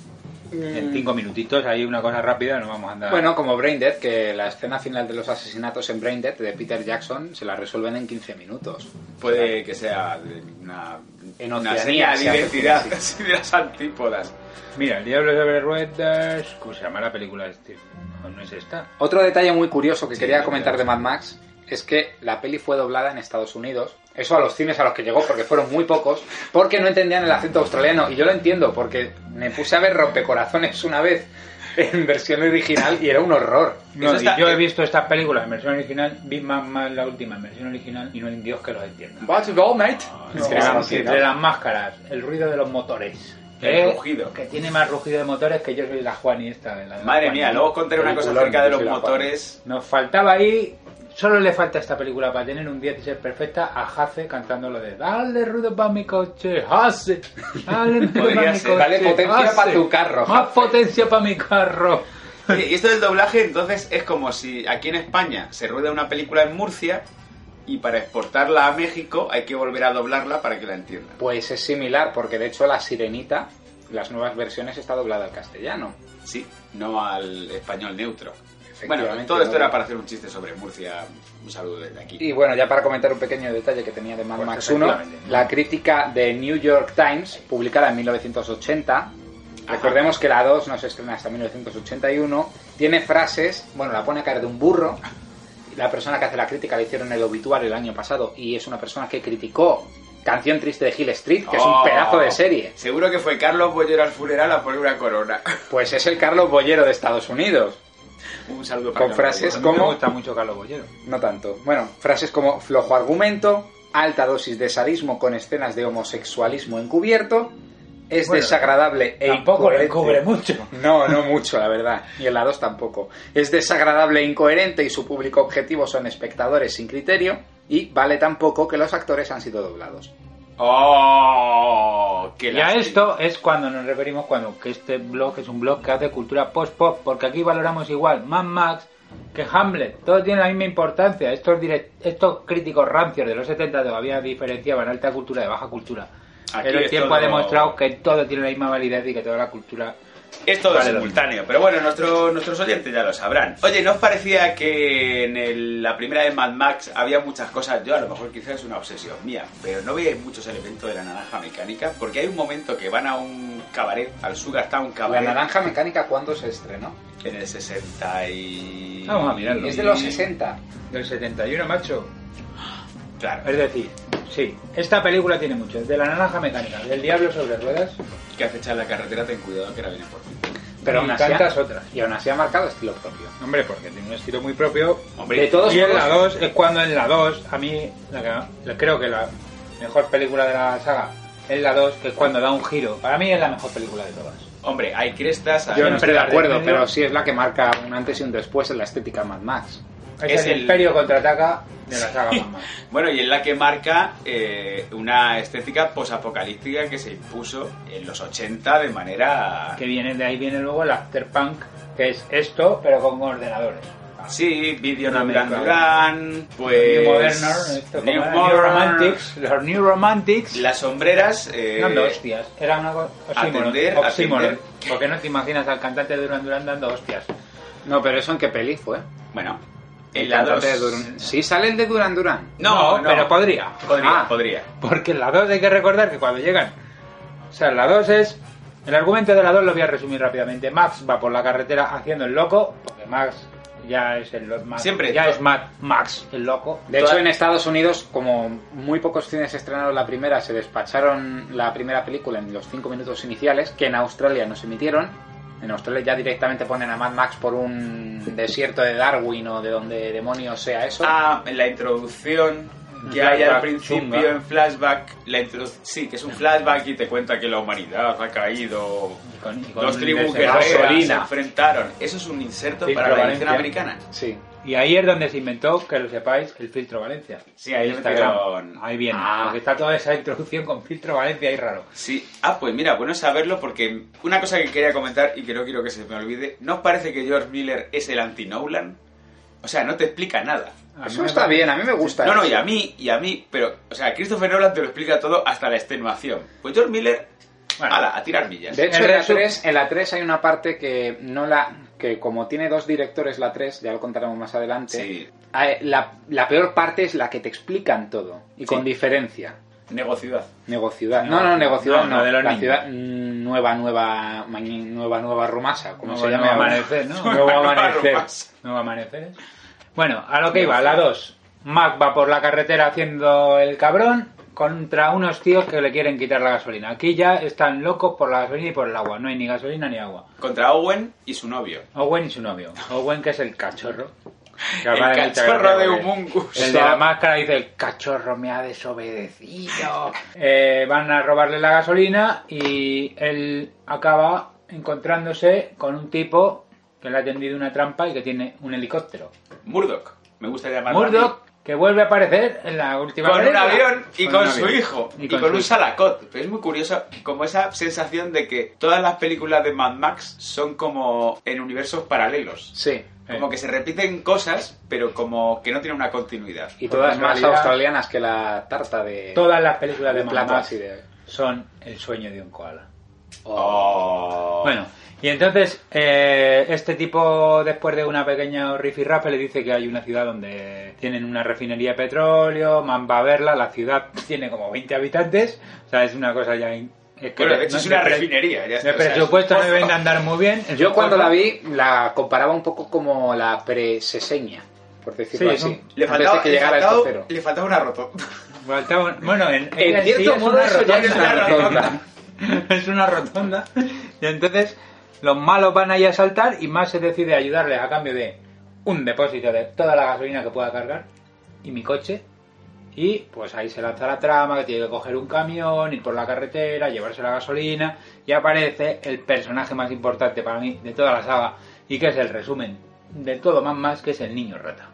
[SPEAKER 3] En cinco minutitos, ahí una cosa rápida, no vamos a andar...
[SPEAKER 4] Bueno, como Braindead, que la escena final de los asesinatos en Braindead de Peter Jackson se la resuelven en 15 minutos.
[SPEAKER 2] Puede que sea de una,
[SPEAKER 4] En
[SPEAKER 2] Pues, una
[SPEAKER 4] Oceanía
[SPEAKER 2] seria
[SPEAKER 4] se hace
[SPEAKER 2] diversidad
[SPEAKER 4] así.
[SPEAKER 2] así de las antípodas.
[SPEAKER 3] Mira, el diablo sobre ruedas. ¿Cómo se llama la película de Steve? No, no es esta.
[SPEAKER 4] Otro detalle muy curioso que
[SPEAKER 2] Sí,
[SPEAKER 4] quería
[SPEAKER 2] sí,
[SPEAKER 4] comentar de
[SPEAKER 2] claro.
[SPEAKER 4] Mad Max es que la peli fue doblada en Estados Unidos. Eso a los cines a los que llegó, porque fueron muy pocos, porque no entendían el acento australiano. Y yo lo entiendo, porque me puse a ver Rompecorazones una vez en versión original y era un horror.
[SPEAKER 3] No,
[SPEAKER 2] Eso
[SPEAKER 3] y
[SPEAKER 2] está-
[SPEAKER 3] yo he visto estas películas en versión original, vi más, más la última en versión original y no hay Dios que los entienda.
[SPEAKER 4] But it all, mate.
[SPEAKER 3] No,
[SPEAKER 4] Es que era
[SPEAKER 3] no,
[SPEAKER 4] así, ¿no?
[SPEAKER 3] de las máscaras, el ruido de los motores.
[SPEAKER 2] El
[SPEAKER 3] Eh,
[SPEAKER 2] rugido.
[SPEAKER 3] Que tiene más rugido de motores que yo soy la Juani esta. de la- la
[SPEAKER 2] Madre
[SPEAKER 3] Juani.
[SPEAKER 2] mía, luego os contaré una cosa
[SPEAKER 4] Peliculón,
[SPEAKER 2] acerca de
[SPEAKER 4] yo
[SPEAKER 2] los
[SPEAKER 4] soy la
[SPEAKER 2] motores.
[SPEAKER 3] Nos faltaba ahí. Solo le falta a esta película para tener un 10 y ser perfecta a Hace cantando lo de Dale ruido para mi coche, Hace. Dale ruido
[SPEAKER 2] Podría
[SPEAKER 3] para mi
[SPEAKER 2] ser.
[SPEAKER 3] coche.
[SPEAKER 4] Dale potencia
[SPEAKER 3] Hace.
[SPEAKER 4] pa' tu carro,
[SPEAKER 3] Más
[SPEAKER 4] Hace".
[SPEAKER 3] potencia para mi carro.
[SPEAKER 2] Y esto del doblaje, entonces, es como si aquí en España se rueda una película en Murcia y para exportarla a México hay que volver a doblarla para que la entiendan.
[SPEAKER 4] Pues es similar, porque de hecho La Sirenita, las nuevas versiones, está doblada al castellano.
[SPEAKER 2] Sí, no al español neutro. Bueno,
[SPEAKER 4] Efectivamente,
[SPEAKER 2] todo esto
[SPEAKER 4] no.
[SPEAKER 2] era para hacer un chiste sobre Murcia. Un saludo desde aquí.
[SPEAKER 4] Y bueno, ya para comentar un pequeño detalle que tenía de Mad
[SPEAKER 3] Pues
[SPEAKER 4] Max 1,
[SPEAKER 3] efectivamente.
[SPEAKER 4] la crítica de New York Times, publicada en 1980, Recordemos que la 2 no se estrena hasta 1981. Tiene frases, bueno, la pone a caer de un burro. La persona que hace la crítica le hicieron el obituario el año pasado y es una persona que criticó Canción Triste de Hill Street, que es un
[SPEAKER 2] Oh.
[SPEAKER 4] pedazo de serie.
[SPEAKER 2] Seguro que fue Carlos Bollero al funeral a poner una corona.
[SPEAKER 4] Pues es el Carlos Bollero de Estados Unidos.
[SPEAKER 2] Un saludo para Carlos
[SPEAKER 4] Con
[SPEAKER 2] Bollero.
[SPEAKER 4] frases
[SPEAKER 3] ¿Cómo?
[SPEAKER 4] ¿Cómo?
[SPEAKER 3] Me gusta mucho Carlos Bollero.
[SPEAKER 4] No tanto. Bueno, frases como flojo argumento, alta dosis de sadismo con escenas de homosexualismo encubierto, es
[SPEAKER 3] Bueno,
[SPEAKER 4] desagradable e
[SPEAKER 2] pues,
[SPEAKER 3] Tampoco le cubre
[SPEAKER 4] incoherente.
[SPEAKER 3] mucho.
[SPEAKER 4] No, no mucho, la verdad. Y en la 2 tampoco. Es desagradable e incoherente y su público objetivo son espectadores sin criterio. Y vale tan poco que los actores han sido doblados.
[SPEAKER 2] ¡Oh! ¡Qué
[SPEAKER 3] Y a
[SPEAKER 2] lástima.
[SPEAKER 3] esto es cuando nos referimos cuando que este blog es un blog que hace cultura post-pop, porque aquí valoramos igual Mad Max que Hamlet. Todo tiene la misma importancia. Estos, direc- estos críticos rancios de los 70 todavía diferenciaban alta cultura de baja cultura.
[SPEAKER 2] Aquí
[SPEAKER 3] Pero el
[SPEAKER 2] es
[SPEAKER 3] tiempo
[SPEAKER 2] todo-
[SPEAKER 3] ha demostrado que todo tiene la misma validez y que toda la cultura...
[SPEAKER 2] Es todo
[SPEAKER 3] Vale,
[SPEAKER 2] simultáneo, pero bueno, nuestro- nuestros oyentes ya lo sabrán. Oye, ¿no os parecía que en el- la primera de Mad Max había muchas cosas? Yo a lo mejor quizás es una obsesión mía, pero no veía muchos elementos de la naranja mecánica, porque hay un momento que van a un cabaret, al Sugar Town
[SPEAKER 4] La
[SPEAKER 2] Cabaret,
[SPEAKER 4] naranja mecánica, ¿cuándo se estrenó?
[SPEAKER 2] en el 60 y...
[SPEAKER 3] Vamos a mirarlo.
[SPEAKER 4] Es de los 60.
[SPEAKER 3] Del 71, macho.
[SPEAKER 2] Claro,
[SPEAKER 3] Es decir, sí, esta película tiene mucho. De la naranja mecánica, del diablo sobre ruedas
[SPEAKER 2] que hace echar la carretera, ten cuidado que la viene por ti.
[SPEAKER 4] Pero
[SPEAKER 3] y
[SPEAKER 4] aún así,
[SPEAKER 3] tantas otras.
[SPEAKER 4] y aún así ha marcado estilo propio.
[SPEAKER 3] Hombre, porque tiene un estilo muy propio.
[SPEAKER 2] Hombre,
[SPEAKER 4] de todos
[SPEAKER 3] y en
[SPEAKER 4] modos-
[SPEAKER 3] la 2 es cuando en la 2, a mí la que- la- creo que la mejor película de la saga es la 2, que es cuando da un giro. Para mí es la mejor película de todas.
[SPEAKER 2] Hombre, hay crestas, hay-
[SPEAKER 3] Yo
[SPEAKER 4] Yo no
[SPEAKER 3] no
[SPEAKER 4] estoy
[SPEAKER 3] estoy
[SPEAKER 4] de
[SPEAKER 3] de
[SPEAKER 4] acuerdo,
[SPEAKER 3] medio.
[SPEAKER 4] pero sí es la que marca un antes y un después en la estética Mad Max.
[SPEAKER 3] Es,
[SPEAKER 2] Es
[SPEAKER 3] el,
[SPEAKER 2] el-
[SPEAKER 3] imperio contraataca de la saga mamá.
[SPEAKER 2] Bueno, y es la que marca eh, una estética posapocalíptica que se impuso en los 80 de manera...
[SPEAKER 3] Que viene de ahí viene luego el afterpunk, que es esto, pero con ordenadores.
[SPEAKER 2] Sí, Video
[SPEAKER 3] No
[SPEAKER 2] no
[SPEAKER 3] me
[SPEAKER 2] Duran
[SPEAKER 3] cabe.
[SPEAKER 2] Duran, pues...
[SPEAKER 3] New Modern, ¿no? Esto,
[SPEAKER 2] New
[SPEAKER 3] como era,
[SPEAKER 2] Modern,
[SPEAKER 3] New Romantics, los New Romantics.
[SPEAKER 2] Las sombreras... eh,
[SPEAKER 3] Dando hostias, era una cosa
[SPEAKER 2] atender, atender.
[SPEAKER 3] Porque no te imaginas al cantante de Duran Duran dando hostias.
[SPEAKER 4] No, pero eso en qué peli fue.
[SPEAKER 2] Bueno,
[SPEAKER 4] El
[SPEAKER 2] en la
[SPEAKER 4] cantante
[SPEAKER 2] dos-
[SPEAKER 4] de Duran- Sí, salen de Duran Duran.
[SPEAKER 2] No, no,
[SPEAKER 3] pero podría.
[SPEAKER 2] Podría,
[SPEAKER 4] Ah.
[SPEAKER 2] podría.
[SPEAKER 3] Porque en la 2 hay que recordar que cuando llegan. O sea, la 2 es. El argumento de la 2 lo voy a resumir rápidamente. Max va por la carretera haciendo el loco. Porque Max ya es el lo- Max,
[SPEAKER 2] Siempre.
[SPEAKER 3] Ya es Matt, Max, el loco.
[SPEAKER 4] De
[SPEAKER 2] Toda-
[SPEAKER 4] hecho, en Estados Unidos, como muy pocos cines estrenaron la primera, se despacharon la primera película en los cinco minutos iniciales, que en Australia no se emitieron. En Australia ya directamente ponen a Mad Max por un desierto de Darwin o de donde demonios sea eso.
[SPEAKER 2] Ah, en la introducción que
[SPEAKER 3] Flashback
[SPEAKER 2] hay al principio
[SPEAKER 3] chunga.
[SPEAKER 2] en flashback, la introdu- sí, que es un flashback y te cuenta que la humanidad ha caído,
[SPEAKER 3] Y con- y con
[SPEAKER 2] dos
[SPEAKER 3] un
[SPEAKER 2] tribus
[SPEAKER 3] deseo-
[SPEAKER 2] guerreras se
[SPEAKER 4] Gasolina.
[SPEAKER 2] enfrentaron. Eso es un inserto
[SPEAKER 3] Sí,
[SPEAKER 2] para la
[SPEAKER 3] Valencia.
[SPEAKER 2] edición americana.
[SPEAKER 4] Sí.
[SPEAKER 3] Y ahí es donde se inventó, que lo sepáis, el filtro Valencia.
[SPEAKER 2] Sí, ahí
[SPEAKER 3] En
[SPEAKER 2] lo
[SPEAKER 3] Instagram.
[SPEAKER 2] metieron.
[SPEAKER 3] Ahí viene.
[SPEAKER 4] Ah.
[SPEAKER 3] Porque está toda esa introducción con filtro Valencia ahí raro.
[SPEAKER 2] Sí, ah, pues mira, bueno saberlo porque una cosa que quería comentar y que no quiero que se me olvide, ¿no os parece que George Miller es el anti-Nolan? O sea, no te explica nada.
[SPEAKER 3] A mí
[SPEAKER 4] Eso
[SPEAKER 3] me
[SPEAKER 4] está
[SPEAKER 3] parece-
[SPEAKER 4] bien, a mí me gusta.
[SPEAKER 2] No, no, y
[SPEAKER 4] eso.
[SPEAKER 2] a mí, y a mí, pero, o sea, Christopher Nolan te lo explica todo hasta la extenuación. Pues George Miller,
[SPEAKER 3] Bueno.
[SPEAKER 2] ala, a tirar millas.
[SPEAKER 4] De hecho,
[SPEAKER 3] En
[SPEAKER 4] en la,
[SPEAKER 3] resumen-
[SPEAKER 4] 3, en la 3 hay una parte que no la que como tiene dos directores la 3, ya lo contaremos más adelante,
[SPEAKER 2] Sí.
[SPEAKER 4] eh, la, la peor parte es la que te explican todo y con diferencia.
[SPEAKER 2] Negociudad.
[SPEAKER 4] Negociudad. No, no, Negociudad
[SPEAKER 3] No,
[SPEAKER 4] no.
[SPEAKER 3] no, de los
[SPEAKER 4] la
[SPEAKER 3] niños.
[SPEAKER 4] ciudad mm, nueva, nueva, mañi- nueva, nueva rumasa, como
[SPEAKER 3] Nuevo-
[SPEAKER 4] se llama.
[SPEAKER 3] nuevo
[SPEAKER 4] ahora.
[SPEAKER 3] amanecer, ¿no?
[SPEAKER 4] Nuevo
[SPEAKER 2] Nueva
[SPEAKER 4] amanecer.
[SPEAKER 2] rumasa.
[SPEAKER 3] No va a amanecer. Bueno, a lo que iba, la 2. Mac va por la carretera haciendo el cabrón contra unos tíos que le quieren quitar la gasolina. Aquí ya están locos por la gasolina y por el agua. No hay ni gasolina ni agua.
[SPEAKER 2] Contra Owen y su novio.
[SPEAKER 3] Owen y su novio. Owen que es el cachorro. Que
[SPEAKER 2] El
[SPEAKER 3] habla de mucha
[SPEAKER 2] cachorro
[SPEAKER 3] gracia,
[SPEAKER 2] de
[SPEAKER 3] porque
[SPEAKER 2] Humungus.
[SPEAKER 3] El de la máscara dice, el cachorro me ha desobedecido. Eh, van a robarle la gasolina y él acaba encontrándose con un tipo que le ha tendido una trampa y que tiene un helicóptero.
[SPEAKER 2] Murdoch. Me gusta llamarlo.
[SPEAKER 3] Murdoch, que vuelve a aparecer en la
[SPEAKER 2] así.
[SPEAKER 3] última
[SPEAKER 2] Con un
[SPEAKER 3] película.
[SPEAKER 2] avión y con,
[SPEAKER 3] un
[SPEAKER 2] su
[SPEAKER 3] avión.
[SPEAKER 2] hijo. Y, con,
[SPEAKER 3] con su
[SPEAKER 2] un
[SPEAKER 3] hijo.
[SPEAKER 2] salacot. Pero es muy curioso como esa sensación de que todas las películas de Mad Max son como en universos paralelos.
[SPEAKER 4] Sí.
[SPEAKER 3] Eh.
[SPEAKER 2] Como que se repiten cosas, pero como que no tienen una continuidad.
[SPEAKER 4] Y
[SPEAKER 3] Porque
[SPEAKER 4] todas
[SPEAKER 3] en
[SPEAKER 4] más
[SPEAKER 3] realidad-
[SPEAKER 4] australianas que la tarta de
[SPEAKER 3] Todas las películas de
[SPEAKER 4] de
[SPEAKER 3] Mad
[SPEAKER 4] plata
[SPEAKER 3] Max
[SPEAKER 4] así de.
[SPEAKER 3] son el sueño de un koala.
[SPEAKER 2] Oh.
[SPEAKER 3] Bueno, y entonces eh, este tipo, después de una pequeña rifirrafe, le dice que hay una ciudad donde tienen una refinería de petróleo, man va a verla, la ciudad tiene como 20 habitantes, o sea, es una cosa ya in- Es que
[SPEAKER 2] Bueno,
[SPEAKER 3] no
[SPEAKER 2] de hecho es
[SPEAKER 3] sé,
[SPEAKER 2] una
[SPEAKER 3] pero-
[SPEAKER 2] refinería. ya está,
[SPEAKER 3] De
[SPEAKER 2] o sea, es-
[SPEAKER 3] presupuesto no deben de andar muy bien. El
[SPEAKER 4] Yo cuando la
[SPEAKER 3] presupuesto-
[SPEAKER 4] vi la comparaba un poco como la pre-seseña, por decirlo
[SPEAKER 3] Sí,
[SPEAKER 4] así.
[SPEAKER 3] ¿no?
[SPEAKER 2] Le
[SPEAKER 4] antes
[SPEAKER 2] faltaba,
[SPEAKER 4] de que
[SPEAKER 2] le,
[SPEAKER 4] llegara el
[SPEAKER 2] faltaba-
[SPEAKER 4] cocero.
[SPEAKER 2] le faltaba una roto.
[SPEAKER 3] Faltaba un- Bueno, en,
[SPEAKER 4] En
[SPEAKER 3] ella
[SPEAKER 4] cierto
[SPEAKER 3] es
[SPEAKER 4] modo
[SPEAKER 3] una
[SPEAKER 4] eso ya
[SPEAKER 3] rotonda.
[SPEAKER 2] es una rotonda.
[SPEAKER 3] es una rotonda. Y entonces los malos van ahí a saltar y más se decide ayudarles a cambio de un depósito de toda la gasolina que pueda cargar y mi coche. Y pues ahí se lanza la trama que tiene que coger un camión, ir por la carretera, llevarse la gasolina. Y aparece el personaje más importante para mí de toda la saga y que es el resumen de todo más más que es el niño rata.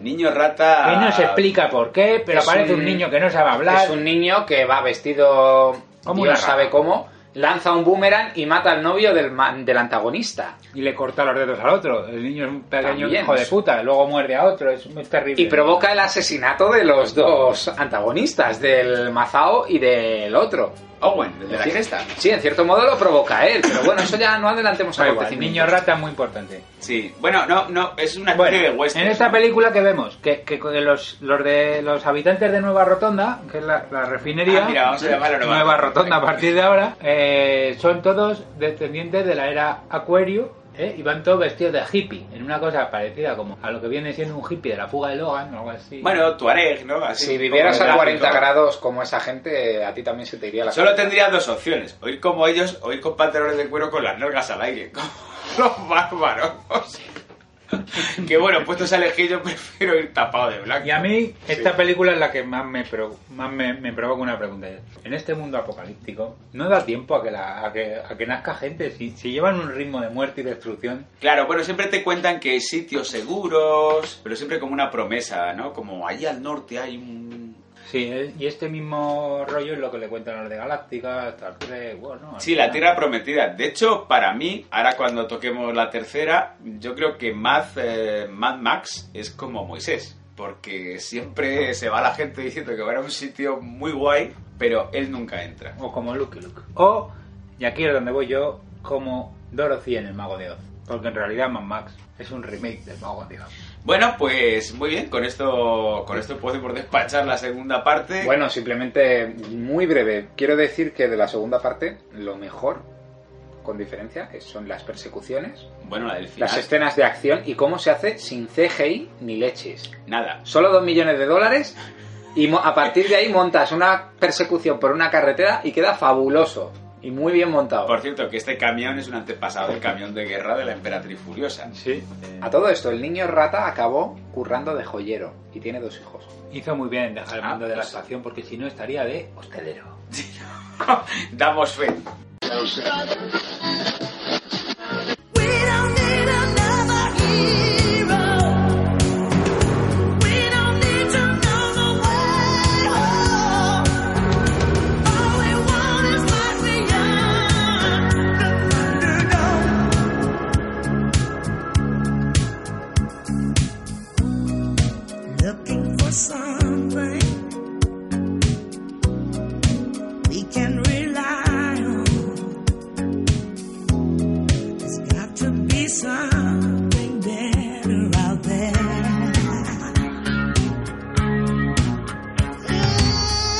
[SPEAKER 2] Niño rata.
[SPEAKER 3] Que no se explica por qué, pero
[SPEAKER 4] Ah, Es
[SPEAKER 3] aparece un,
[SPEAKER 4] un-
[SPEAKER 3] niño que no sabe hablar.
[SPEAKER 4] Es un niño que va vestido,
[SPEAKER 3] Como una
[SPEAKER 4] Dios
[SPEAKER 3] rata.
[SPEAKER 4] sabe cómo, lanza un boomerang y mata al novio del, ma- del antagonista.
[SPEAKER 3] y le corta los dedos al otro. El niño es un pequeño
[SPEAKER 4] También,
[SPEAKER 3] hijo de
[SPEAKER 4] es-
[SPEAKER 3] puta, luego muerde a otro, es muy terrible.
[SPEAKER 4] Y provoca el asesinato de los dos antagonistas, del Mazao y del otro.
[SPEAKER 2] Owen, el de la cresta.
[SPEAKER 4] Sí, en cierto modo lo provoca él, pero bueno, eso ya no adelantemos
[SPEAKER 3] Da igual, el
[SPEAKER 4] acontecimientos.
[SPEAKER 3] pues, niño rata es muy importante.
[SPEAKER 2] Sí. Bueno, no, no, es una
[SPEAKER 3] Bueno,
[SPEAKER 2] especie de western.
[SPEAKER 3] en esta
[SPEAKER 2] ¿no?
[SPEAKER 3] película que vemos, que, que con los, los de los habitantes de Nueva Rotonda, que es la, la refinería,
[SPEAKER 2] Ah, mira, vamos a llamarla Nueva Rotonda.
[SPEAKER 3] Rotonda a partir de ahora, eh, son todos descendientes de la era Acuario ¿eh? y van todos vestidos de hippie, en una cosa parecida como a lo que viene siendo un hippie de la fuga de Logan o algo así.
[SPEAKER 2] Bueno, Tuareg, ¿no? Así,
[SPEAKER 4] Si vivieras
[SPEAKER 2] como
[SPEAKER 4] a
[SPEAKER 2] el
[SPEAKER 4] 40
[SPEAKER 2] gráfico.
[SPEAKER 4] grados como esa gente, a ti también se te iría la
[SPEAKER 2] Solo
[SPEAKER 4] cabeza.
[SPEAKER 2] tendrías dos opciones: o ir como ellos o ir con pantalones de cuero con las nalgas al aire. Como los bárbaros. que bueno, puestos a elegir, yo prefiero ir tapado de blanco.
[SPEAKER 3] Y a mí, esta película es la que más me, pro- más me, me provoca una pregunta. En este mundo apocalíptico, ¿no da tiempo a que, la- a que, a que nazca gente? Si, si llevan un ritmo de muerte y destrucción.
[SPEAKER 2] Claro, bueno, siempre te cuentan que sitios seguros, pero siempre como una promesa, ¿no? Como allí al norte hay un...
[SPEAKER 3] Sí, eh, y este mismo rollo es lo que le cuentan los de Galáctica, Star Trek, bueno... al
[SPEAKER 2] Sí, la
[SPEAKER 3] final-
[SPEAKER 2] tierra prometida. De hecho, para mí, ahora cuando toquemos la tercera, yo creo que Mad, eh, Mad Max es como Moisés, porque siempre se va la gente diciendo que va a un sitio muy guay, pero él nunca entra.
[SPEAKER 3] O como Lucky Luke. O, y aquí es donde voy yo, como Dorothy en El Mago de Oz. Porque en realidad Mad Max es un remake del Mago de Oz.
[SPEAKER 2] Bueno, pues muy bien, con esto, con esto podemos despachar la segunda parte.
[SPEAKER 4] Bueno, simplemente muy breve. Quiero decir que de la segunda parte, lo mejor, con diferencia, es- son las persecuciones,
[SPEAKER 2] Bueno, la del final.
[SPEAKER 4] las este- escenas de acción y cómo se hace sin CGI ni leches.
[SPEAKER 2] Nada.
[SPEAKER 4] Solo dos millones de dólares y mo- a partir de ahí montas una persecución por una carretera y queda fabuloso y muy bien montado.
[SPEAKER 2] Por cierto, que este camión es un antepasado del camión de guerra de la Emperatriz Furiosa.
[SPEAKER 3] Sí.
[SPEAKER 4] A todo esto, el niño rata acabó currando de joyero y tiene dos hijos.
[SPEAKER 3] Hizo muy bien en dejar el
[SPEAKER 2] Ah,
[SPEAKER 3] mando de la
[SPEAKER 2] pues-
[SPEAKER 3] estación porque si no estaría de hostelero.
[SPEAKER 2] Damos fe.
[SPEAKER 6] We don't need another hero. We don't need to know the way home. All we want is life beyond the thunderdome. Looking for something we can rely on. There's got to be something better out there.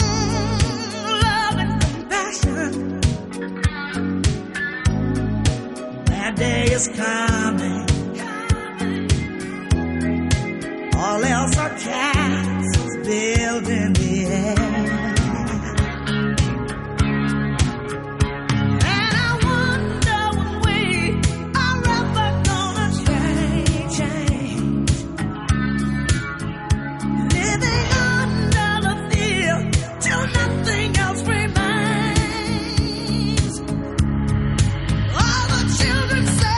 [SPEAKER 6] Mm, love and compassion. That day is coming. All else are castles built in the air. And I wonder when we are ever gonna change, change. Living under the fear till nothing else remains. All the children say.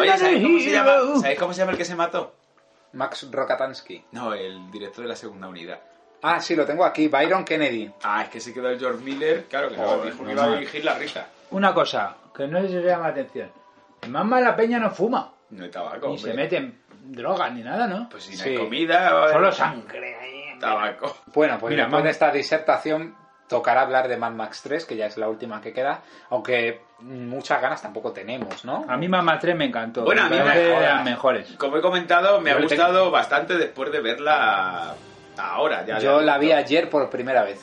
[SPEAKER 2] Oye, ¿sabéis cómo, se llama, ¿sabéis cómo se llama el que se mató?
[SPEAKER 4] Max Rokatansky.
[SPEAKER 2] No, el director de la segunda unidad.
[SPEAKER 4] Ah, sí, lo tengo aquí, Byron Kennedy.
[SPEAKER 2] Ah, es que se quedó el George Miller, claro que no,
[SPEAKER 4] Joder,
[SPEAKER 2] dijo que
[SPEAKER 4] no
[SPEAKER 2] iba a
[SPEAKER 4] mal.
[SPEAKER 2] dirigir la risa.
[SPEAKER 3] Una cosa que no sé si os llama la atención. El mamá la peña no fuma.
[SPEAKER 2] No hay tabaco,
[SPEAKER 3] ni se
[SPEAKER 2] hombre.
[SPEAKER 3] meten drogas ni nada, ¿no?
[SPEAKER 2] Pues si no hay
[SPEAKER 4] Sí.
[SPEAKER 2] comida, eh.
[SPEAKER 3] Solo
[SPEAKER 2] solo
[SPEAKER 3] sangre ahí.
[SPEAKER 2] tabaco.
[SPEAKER 4] Bueno, pues
[SPEAKER 3] Mira,
[SPEAKER 4] después
[SPEAKER 3] Mad-
[SPEAKER 4] de esta disertación tocará hablar de Mad Max 3, que ya es la última que queda, aunque muchas ganas tampoco tenemos, ¿no?
[SPEAKER 3] A mí Mamá 3 me encantó.
[SPEAKER 2] Bueno, a mí me
[SPEAKER 3] parece de
[SPEAKER 2] joda.
[SPEAKER 3] las mejores.
[SPEAKER 2] Como he comentado, me
[SPEAKER 4] Yo
[SPEAKER 2] ha
[SPEAKER 4] le
[SPEAKER 2] gustado bastante después de verla hasta ahora. Ya
[SPEAKER 4] Yo
[SPEAKER 2] había
[SPEAKER 4] la vi
[SPEAKER 2] visto.
[SPEAKER 4] ayer por primera vez.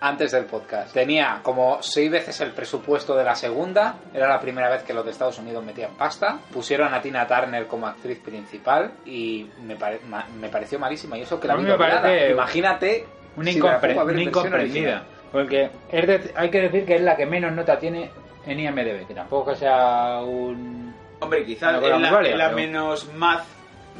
[SPEAKER 4] Antes del podcast. Tenía como seis veces el presupuesto de la segunda. Era la primera vez que los de Estados Unidos metían pasta. Pusieron a Tina Turner como actriz principal y me, pare- ma- me pareció malísima. Y eso que la
[SPEAKER 3] A mí
[SPEAKER 4] vi
[SPEAKER 3] me
[SPEAKER 4] doblada.
[SPEAKER 3] parece
[SPEAKER 4] Imagínate.
[SPEAKER 3] Una,
[SPEAKER 4] si me la
[SPEAKER 3] incompre-
[SPEAKER 4] pongo a ver
[SPEAKER 3] una
[SPEAKER 4] en versión
[SPEAKER 3] incomprendida.
[SPEAKER 4] original.
[SPEAKER 3] Porque es de- hay que decir que es la que menos nota tiene en IMDB. Que tampoco sea un.
[SPEAKER 2] Hombre, quizás
[SPEAKER 3] No,
[SPEAKER 2] es
[SPEAKER 3] con la
[SPEAKER 2] la,
[SPEAKER 3] memoria,
[SPEAKER 2] es la
[SPEAKER 3] pero-
[SPEAKER 2] menos más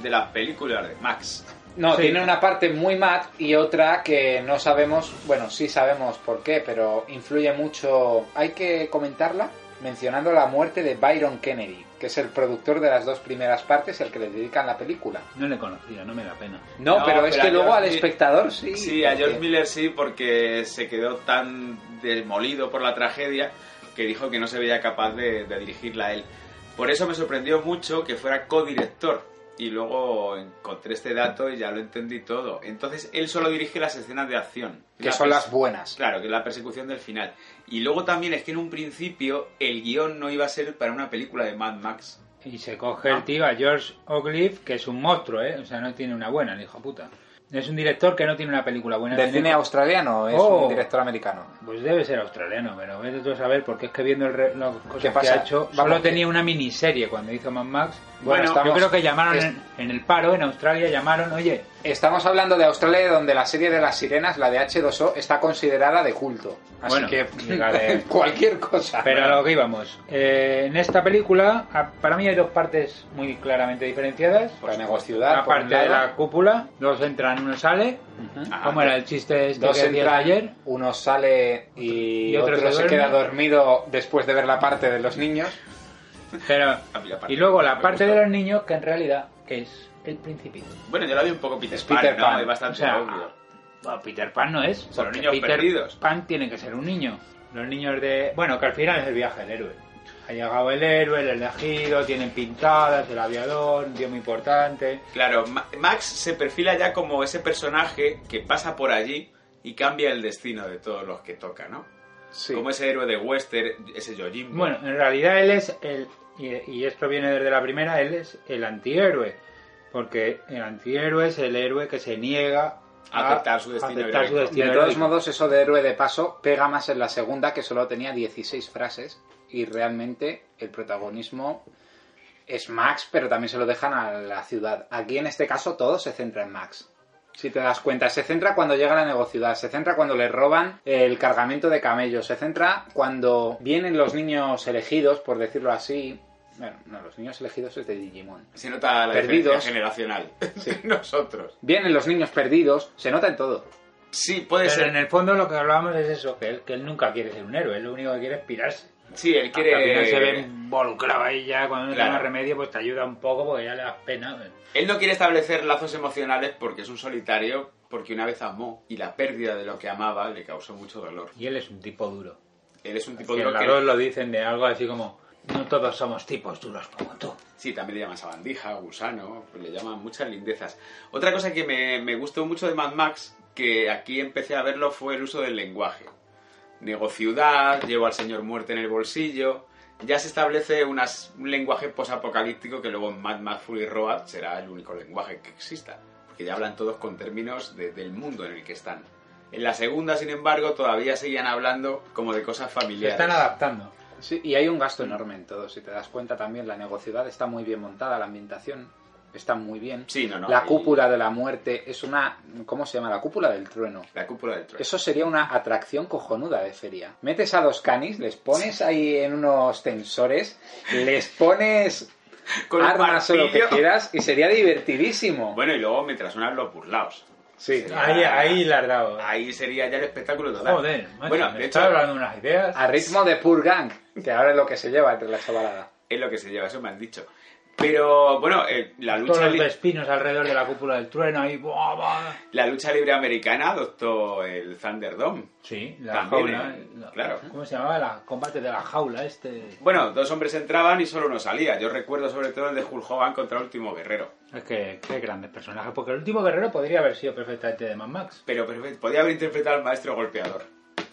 [SPEAKER 2] de las películas de Max.
[SPEAKER 4] No,
[SPEAKER 3] Sí.
[SPEAKER 4] tiene una parte muy mad y otra que no sabemos, bueno, sí sabemos por qué, pero influye mucho. Hay que comentarla mencionando la muerte de Byron Kennedy, que es el productor de las dos primeras partes, el que le dedican la película.
[SPEAKER 3] No le conocía, no me da pena.
[SPEAKER 4] No,
[SPEAKER 2] No,
[SPEAKER 4] pero es
[SPEAKER 2] pero
[SPEAKER 4] que
[SPEAKER 2] a
[SPEAKER 4] luego
[SPEAKER 2] George
[SPEAKER 4] al
[SPEAKER 2] Mil-
[SPEAKER 4] espectador sí.
[SPEAKER 2] Sí, a
[SPEAKER 4] porque-
[SPEAKER 2] George Miller sí, porque se quedó tan demolido por la tragedia que dijo que no se veía capaz de, de dirigirla a él. Por eso me sorprendió mucho que fuera codirector. Y luego encontré este dato y ya lo entendí todo. Entonces él solo dirige las escenas de acción.
[SPEAKER 4] Que
[SPEAKER 2] La
[SPEAKER 4] son
[SPEAKER 2] pers-
[SPEAKER 4] las buenas.
[SPEAKER 2] Claro, que es la persecución del final. Y luego también es que en un principio el guión no iba a ser para una película de Mad Max.
[SPEAKER 3] Y se coge el tío a George O'Cliff, que es un monstruo, ¿eh? O sea, no tiene una buena, el hijo puta. Es un director que no tiene una película buena.
[SPEAKER 4] De
[SPEAKER 3] Tiene-
[SPEAKER 4] cine australiano, es
[SPEAKER 3] Oh.
[SPEAKER 4] un director americano.
[SPEAKER 3] Pues debe ser australiano, pero vete tú a saber, porque es que viendo el re- las cosas
[SPEAKER 4] ¿Qué pasa?
[SPEAKER 3] que ha hecho,
[SPEAKER 4] Vamos,
[SPEAKER 3] solo
[SPEAKER 4] que-
[SPEAKER 3] tenía una miniserie cuando hizo Mad Max.
[SPEAKER 4] Bueno,
[SPEAKER 3] Bueno,
[SPEAKER 4] estamos-
[SPEAKER 3] yo creo que llamaron
[SPEAKER 4] es-
[SPEAKER 3] en, en el paro, en Australia, llamaron, oye,
[SPEAKER 4] Estamos hablando de Australia, donde la serie de las sirenas, la de H2O, está considerada de culto. Así
[SPEAKER 3] Bueno,
[SPEAKER 4] que
[SPEAKER 3] llegaré.
[SPEAKER 4] cualquier cosa.
[SPEAKER 3] Pero a lo que íbamos. Eh, en esta película, a- para mí hay dos partes muy claramente diferenciadas.
[SPEAKER 4] Para
[SPEAKER 3] Una
[SPEAKER 4] negociar, Ah, por un
[SPEAKER 3] parte de
[SPEAKER 4] lado.
[SPEAKER 3] la cúpula, dos entran, uno sale.
[SPEAKER 2] Ah.
[SPEAKER 3] ¿Cómo era el chiste este
[SPEAKER 4] Dos
[SPEAKER 3] que hacías
[SPEAKER 4] entra
[SPEAKER 3] ayer?
[SPEAKER 4] uno sale y,
[SPEAKER 3] Y otro
[SPEAKER 4] otro,
[SPEAKER 3] se
[SPEAKER 4] se
[SPEAKER 3] duerme.
[SPEAKER 4] queda dormido después de ver la parte de los niños.
[SPEAKER 3] Pero,
[SPEAKER 2] A mí la parte
[SPEAKER 3] y luego
[SPEAKER 2] me
[SPEAKER 3] la parte
[SPEAKER 2] gustó.
[SPEAKER 3] de los niños, que en realidad es el principito.
[SPEAKER 2] Bueno, yo la vi un poco Peter,
[SPEAKER 4] Es
[SPEAKER 2] Pan,
[SPEAKER 4] Peter
[SPEAKER 2] ¿no?
[SPEAKER 4] Pan,
[SPEAKER 2] Es
[SPEAKER 3] O
[SPEAKER 2] bastante
[SPEAKER 3] sea,
[SPEAKER 2] obvio.
[SPEAKER 3] bueno, Peter Pan no es.
[SPEAKER 2] Son
[SPEAKER 3] porque
[SPEAKER 2] niños
[SPEAKER 3] Peter
[SPEAKER 2] perdidos.
[SPEAKER 3] Pan tiene que ser un niño. Los niños de... Bueno, que al final es el viaje del héroe. Ha llegado el héroe, el elegido, tienen pintadas, el aviador, un tío muy importante.
[SPEAKER 2] Claro, Ma- Max se perfila ya como ese personaje que pasa por allí y cambia el destino de todos los que toca, ¿no?
[SPEAKER 4] Sí.
[SPEAKER 2] Como ese héroe de western, ese Yojimbo.
[SPEAKER 3] Bueno, en realidad él es el. Y, y esto viene desde la primera, él es el antihéroe. Porque el antihéroe es el héroe que se niega
[SPEAKER 2] A aceptar su destino
[SPEAKER 3] aceptar su
[SPEAKER 2] heroico.
[SPEAKER 3] destino
[SPEAKER 4] de todos
[SPEAKER 3] heroico.
[SPEAKER 4] modos, eso de héroe de paso pega más en la segunda, que solo tenía 16 frases. Y realmente el protagonismo es Max, pero también se lo dejan a la ciudad. Aquí en este caso todo se centra en Max. Si te das cuenta, se centra cuando llega a la negociudad, se centra cuando le roban el cargamento de camellos, se centra cuando vienen los niños elegidos, por decirlo así. Bueno, no, los niños elegidos es de Digimon.
[SPEAKER 2] Se nota la
[SPEAKER 4] Perdidos.
[SPEAKER 2] diferencia generacional de nosotros.
[SPEAKER 4] Vienen los niños perdidos, se nota en todo.
[SPEAKER 2] Sí, puede
[SPEAKER 3] Pero
[SPEAKER 2] ser.
[SPEAKER 3] en el fondo lo que hablábamos es eso, que él, que él nunca quiere ser un héroe, él lo único que quiere es pirarse.
[SPEAKER 2] Sí, él
[SPEAKER 3] Que al final
[SPEAKER 2] quiere...
[SPEAKER 3] se ve involucrado ahí ya, cuando no
[SPEAKER 2] Claro.
[SPEAKER 3] tiene más remedio, pues te ayuda un poco porque ya le das pena.
[SPEAKER 2] Él no quiere establecer lazos emocionales porque es un solitario, porque una vez amó y la pérdida de lo que amaba le causó mucho dolor.
[SPEAKER 3] Y él es un tipo duro.
[SPEAKER 2] Él es un tipo
[SPEAKER 3] Que
[SPEAKER 2] duro
[SPEAKER 3] los
[SPEAKER 2] que...
[SPEAKER 3] dos lo dicen de algo así como, no todos somos tipos duros como tú.
[SPEAKER 2] Sí, también le llaman sabandija, gusano, pues le llaman muchas lindezas. Otra cosa que me, me gustó mucho de Mad Max, que aquí empecé a verlo, fue el uso del lenguaje. Nego ciudad, llevo al señor muerte en el bolsillo. Ya se establece unas- un lenguaje posapocalíptico que luego en Mad Max Fury Road será el único lenguaje que exista, porque ya hablan todos con términos de- del mundo en el que están. En la segunda, sin embargo, todavía seguían hablando como de cosas
[SPEAKER 3] Se
[SPEAKER 2] familiares.
[SPEAKER 3] están adaptando.
[SPEAKER 4] Sí, y hay un gasto enorme en todo, si te das cuenta también, la negociedad está muy bien montada, la ambientación está muy bien.
[SPEAKER 2] Sí, no, no,
[SPEAKER 4] la
[SPEAKER 2] y-
[SPEAKER 4] cúpula de la muerte es una... ¿Cómo se llama? La cúpula del trueno.
[SPEAKER 2] La cúpula del trueno.
[SPEAKER 4] Eso sería una atracción cojonuda de feria. Metes a dos canis, les pones ahí en unos tensores, les pones
[SPEAKER 2] Con un
[SPEAKER 4] armas o lo que
[SPEAKER 2] martillo.
[SPEAKER 4] quieras y sería divertidísimo.
[SPEAKER 2] Bueno, y luego mientras sonan los burlaos.
[SPEAKER 4] sí.
[SPEAKER 3] Ahí, ahí le has dado.
[SPEAKER 2] Ahí sería ya el espectáculo total.
[SPEAKER 3] Joder, macho,
[SPEAKER 2] bueno, de
[SPEAKER 3] me
[SPEAKER 2] hecho,
[SPEAKER 3] estás hablando unas ideas.
[SPEAKER 4] A ritmo de Pur Gang, que ahora es lo que se lleva entre la chavalada.
[SPEAKER 2] es lo que se lleva, eso me han dicho. Pero bueno, eh, la,
[SPEAKER 3] Todos
[SPEAKER 2] lucha
[SPEAKER 3] los
[SPEAKER 2] li-
[SPEAKER 3] vespinos alrededor de la cúpula del trueno ahí. buah, buah.
[SPEAKER 2] la lucha libre americana adoptó el Thunderdome.
[SPEAKER 3] Sí, la
[SPEAKER 2] También,
[SPEAKER 3] jaula.
[SPEAKER 2] eh,
[SPEAKER 3] la-
[SPEAKER 2] claro.
[SPEAKER 3] ¿Cómo se llamaba? La combate de la jaula este.
[SPEAKER 2] Bueno, dos hombres entraban y solo uno salía. Yo recuerdo sobre todo el de Hulk Hogan contra el último guerrero.
[SPEAKER 3] Es que qué grandes personajes. Porque el último guerrero podría haber sido perfectamente de Mad Max.
[SPEAKER 2] Pero perfecto, podía haber interpretado al maestro golpeador.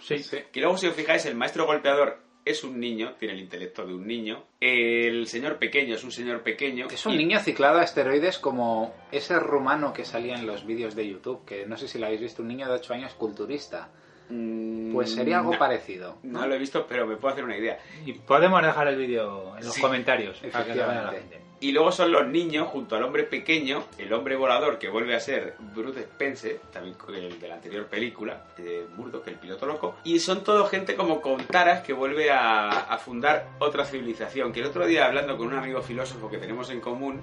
[SPEAKER 3] Sí.
[SPEAKER 2] Que luego, si os fijáis, el maestro golpeador es un niño, tiene el intelecto de un niño. El señor pequeño es un señor pequeño.
[SPEAKER 4] Es un
[SPEAKER 2] y-
[SPEAKER 4] niño ciclado a esteroides como ese rumano que salía en los vídeos de YouTube, que no sé si lo habéis visto, un niño de 8 años culturista.
[SPEAKER 2] Mm,
[SPEAKER 4] Pues sería algo
[SPEAKER 2] no, Ah,
[SPEAKER 4] parecido.
[SPEAKER 2] No lo he visto, pero me puedo hacer una idea.
[SPEAKER 3] Y podemos dejar el vídeo en los
[SPEAKER 2] Sí,
[SPEAKER 3] comentarios para que lo vea la
[SPEAKER 4] efectivamente.
[SPEAKER 3] gente.
[SPEAKER 2] Y luego son los niños junto al hombre pequeño, el hombre volador que vuelve a ser Bruce Spencer, también con el de la anterior película, de Murdoch, el piloto loco. Y son todo gente como con taras que vuelve a, a fundar otra civilización. Que el otro día hablando con un amigo filósofo que tenemos en común,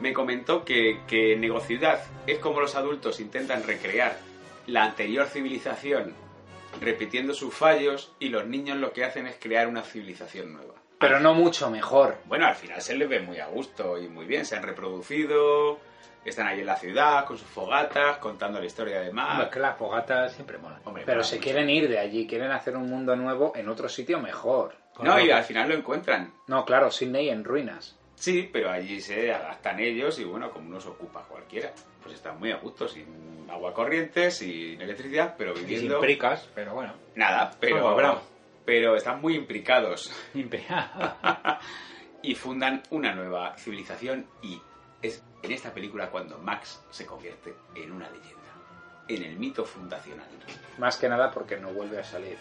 [SPEAKER 2] me comentó que, que Negociudad es como los adultos intentan recrear la anterior civilización repitiendo sus fallos y los niños lo que hacen es crear una civilización nueva.
[SPEAKER 4] Pero no mucho mejor.
[SPEAKER 2] Bueno, al final se les ve muy a gusto y muy bien, se han reproducido, están ahí en la ciudad con sus fogatas, contando la historia de
[SPEAKER 4] Ah.
[SPEAKER 3] Hombre, es
[SPEAKER 2] Mac.
[SPEAKER 3] que las fogatas siempre molan.
[SPEAKER 2] Hombre,
[SPEAKER 4] Pero
[SPEAKER 2] mola
[SPEAKER 4] se
[SPEAKER 2] mucho.
[SPEAKER 4] quieren ir de allí, quieren hacer un mundo nuevo en otro sitio mejor.
[SPEAKER 2] No, y al final lo encuentran.
[SPEAKER 4] No, claro, Sydney en ruinas.
[SPEAKER 2] Sí, pero allí se adaptan ellos y bueno, como nos ocupa cualquiera, pues están muy a gusto, sin agua corriente, sin electricidad, pero
[SPEAKER 3] Y sin
[SPEAKER 2] viviendo
[SPEAKER 3] pricas, pero bueno.
[SPEAKER 2] nada,
[SPEAKER 3] Algo
[SPEAKER 2] pero,
[SPEAKER 3] habrá.
[SPEAKER 2] pero están muy implicados
[SPEAKER 3] Impea.
[SPEAKER 2] y fundan una nueva civilización y es en esta película cuando Max se convierte en una leyenda, en el mito fundacional.
[SPEAKER 4] Más que nada porque no vuelve a salir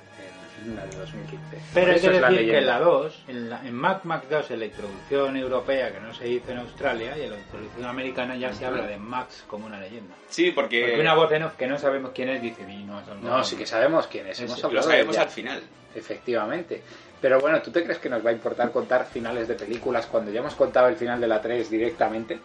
[SPEAKER 4] en la de 2015.
[SPEAKER 3] Pero
[SPEAKER 4] Por
[SPEAKER 3] hay
[SPEAKER 4] eso
[SPEAKER 3] que
[SPEAKER 4] es la
[SPEAKER 3] decir que en
[SPEAKER 4] leyenda.
[SPEAKER 3] la 2, en, la- en Mad Max 2, en la introducción europea que no se hizo en Australia y en la introducción americana ya se habla de Max como una leyenda.
[SPEAKER 2] Sí, porque...
[SPEAKER 3] Porque una voz en off que no sabemos quién es dice, "Y no, son
[SPEAKER 4] No,
[SPEAKER 3] todos".
[SPEAKER 4] sí que sabemos quién es. Hemos
[SPEAKER 3] Sí,
[SPEAKER 2] Lo
[SPEAKER 4] hablado de
[SPEAKER 2] sabemos
[SPEAKER 4] ella.
[SPEAKER 2] al final.
[SPEAKER 4] Efectivamente. Pero bueno, ¿tú te crees que nos va a importar contar finales de películas cuando ya hemos contado el final de la 3 directamente?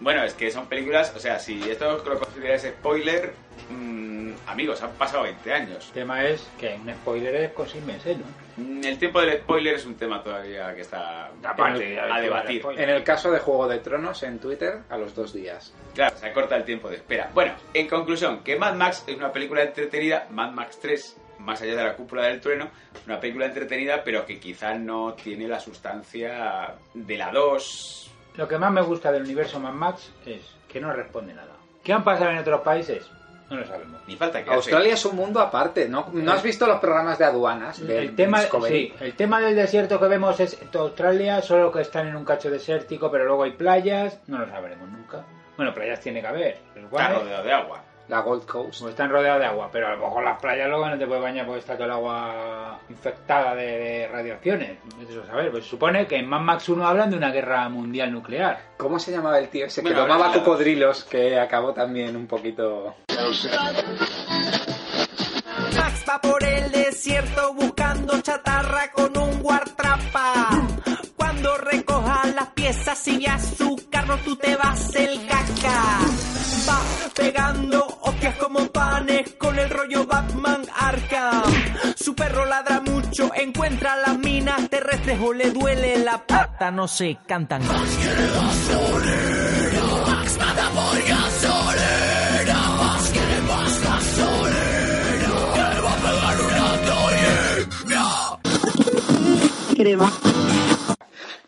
[SPEAKER 2] Bueno, es que son películas, o sea, si esto lo consideráis spoiler, mm, amigos, han pasado 20 años.
[SPEAKER 3] El tema es que un spoiler es con seis meses, ¿no?
[SPEAKER 2] Mm, El tiempo del spoiler es un tema todavía que está
[SPEAKER 3] Aparte,
[SPEAKER 2] en- a
[SPEAKER 3] el
[SPEAKER 2] debatir.
[SPEAKER 3] spoiler.
[SPEAKER 4] En el caso de Juego de Tronos en Twitter, a los dos días.
[SPEAKER 2] Claro, se acorta el tiempo de espera. Bueno, en conclusión, que Mad Max es una película entretenida, Mad Max 3, más allá de la cúpula del trueno, una película entretenida, pero que quizás no tiene la sustancia de la 2.
[SPEAKER 3] Lo que más me gusta del universo Mad Max es que no responde nada. ¿Qué han pasado en otros países? No lo sabemos.
[SPEAKER 2] Ni falta que hace.
[SPEAKER 4] Australia es un mundo aparte, ¿no? ¿No has visto los programas de aduanas? De
[SPEAKER 3] el tema,
[SPEAKER 4] Discovery?
[SPEAKER 3] sí, el tema del desierto que vemos es toda Australia, solo que están en un cacho desértico, pero luego hay playas, no lo sabremos nunca. Bueno, playas tiene que haber, pero
[SPEAKER 2] Está
[SPEAKER 3] ¿cuáles?
[SPEAKER 2] rodeado de agua.
[SPEAKER 4] La Gold Coast.
[SPEAKER 3] Pues están rodeadas de agua, pero a lo mejor las playas luego no te puedes bañar porque está todo el agua infectada de, de radiaciones. Eso es saber, pues se supone que en Mad Max 1 hablan de una guerra mundial nuclear.
[SPEAKER 4] ¿Cómo se llamaba el tío ese que
[SPEAKER 2] Bueno, ahora
[SPEAKER 4] tomaba
[SPEAKER 2] claro.
[SPEAKER 4] cocodrilos que acabó también un poquito...
[SPEAKER 7] Max va por el desierto buscando chatarra con un guardrapa. Cuando recoja las piezas y a su carro tú te vas el caca. Va pegando hostias como panes con el rollo Batman Arkham. Su perro ladra mucho, encuentra las minas terrestres o le duele la pata, no se cantan.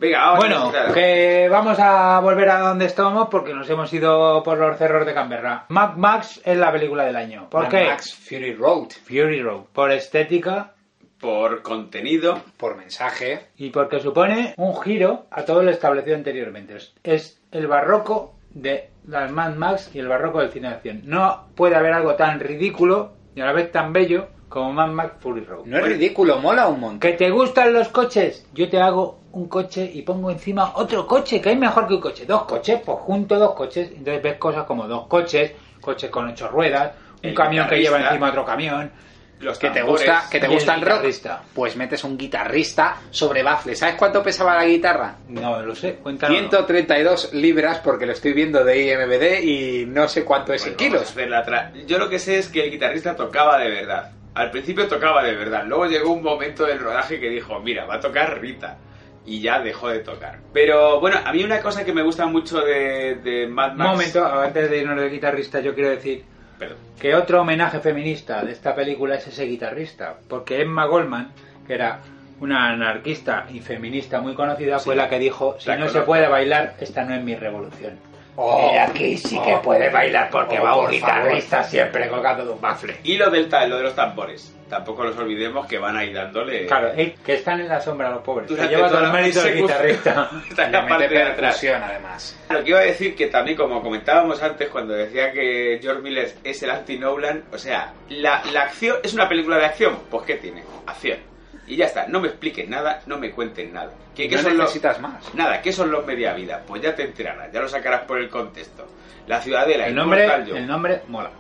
[SPEAKER 2] Venga,
[SPEAKER 4] Ah,
[SPEAKER 2] vamos.
[SPEAKER 3] Bueno, que vamos a volver a donde estábamos porque nos hemos ido por los cerros de Canberra. Mad Max es la película del año. ¿Por
[SPEAKER 4] Mad
[SPEAKER 3] qué?
[SPEAKER 4] Max Fury Road.
[SPEAKER 3] Fury Road. Por estética
[SPEAKER 2] Por contenido,
[SPEAKER 4] Por mensaje.
[SPEAKER 3] y porque supone un giro a todo lo establecido anteriormente. Es- Es el barroco de las Mad Max y el barroco del cine de acción. No puede haber algo tan ridículo y a la vez tan bello como Mad Max Fury Road.
[SPEAKER 4] No es ridículo, mola un montón.
[SPEAKER 3] ¿Que te gustan los coches? Yo te hago un coche y pongo encima otro coche, que hay mejor que un coche. Dos coches, pues junto dos coches. Entonces ves cosas como dos coches, coches con ocho ruedas, un
[SPEAKER 2] El
[SPEAKER 3] camión que lleva
[SPEAKER 2] guitarrista.
[SPEAKER 3] encima otro camión.
[SPEAKER 2] los
[SPEAKER 4] que te
[SPEAKER 2] tambores.
[SPEAKER 4] gusta, que te
[SPEAKER 3] Y el
[SPEAKER 4] gusta el rock,
[SPEAKER 3] guitarrista.
[SPEAKER 4] pues metes un guitarrista sobre bafle. ¿Sabes cuánto pesaba la guitarra?
[SPEAKER 3] No lo sé, cuéntanos.
[SPEAKER 4] 132 libras porque lo estoy viendo de IMBD y no sé cuánto es
[SPEAKER 2] Pues
[SPEAKER 4] en
[SPEAKER 2] vamos a
[SPEAKER 4] kilos.
[SPEAKER 2] hacer la tra- Yo lo que sé es que el guitarrista tocaba de verdad. Al principio tocaba de verdad. Luego llegó un momento del rodaje que dijo, mira, va a tocar Rita. Y ya dejó de tocar. Pero bueno, a mí una cosa que me gusta mucho de, de Mad
[SPEAKER 3] Un
[SPEAKER 2] Max...
[SPEAKER 3] momento, antes de irnos de guitarrista, yo quiero decir
[SPEAKER 2] Perdón.
[SPEAKER 3] que otro homenaje feminista de esta película es ese guitarrista, porque Emma Goldman, que era una anarquista y feminista muy conocida, fue la que dijo, si
[SPEAKER 2] la
[SPEAKER 3] no se
[SPEAKER 2] conozco.
[SPEAKER 3] puede bailar, esta no es mi revolución.
[SPEAKER 8] Y
[SPEAKER 4] Oh,
[SPEAKER 8] aquí sí que puede bailar porque va un guitarrista siempre colgando de un bafle.
[SPEAKER 2] Y lo, del, ta- lo de los tambores. Tampoco los olvidemos que van a ir dándole.
[SPEAKER 3] Claro, eh, que están en la sombra los pobres. Se
[SPEAKER 2] Durante
[SPEAKER 3] lleva
[SPEAKER 2] toda
[SPEAKER 3] todo el
[SPEAKER 2] la
[SPEAKER 3] mérito del
[SPEAKER 2] música.
[SPEAKER 3] guitarrista.
[SPEAKER 2] Está en
[SPEAKER 4] Le
[SPEAKER 2] la parte
[SPEAKER 4] mete
[SPEAKER 2] de atrás.
[SPEAKER 4] percusión, además.
[SPEAKER 2] Lo que iba a decir que también, como comentábamos antes, cuando decía que George Miller es el anti-Nolan, o sea, la, la acción es una película de acción, pues ¿qué tiene? Acción. Y ya está, no me expliquen nada, no me cuenten nada. ¿Qué, qué
[SPEAKER 4] no
[SPEAKER 2] son los-
[SPEAKER 4] necesitas más.
[SPEAKER 2] Nada, ¿qué son los media vida? Pues ya te enterarás, ya lo sacarás por el contexto. La ciudadela,
[SPEAKER 3] El nombre,
[SPEAKER 2] Immortal Joe.
[SPEAKER 3] el nombre mola.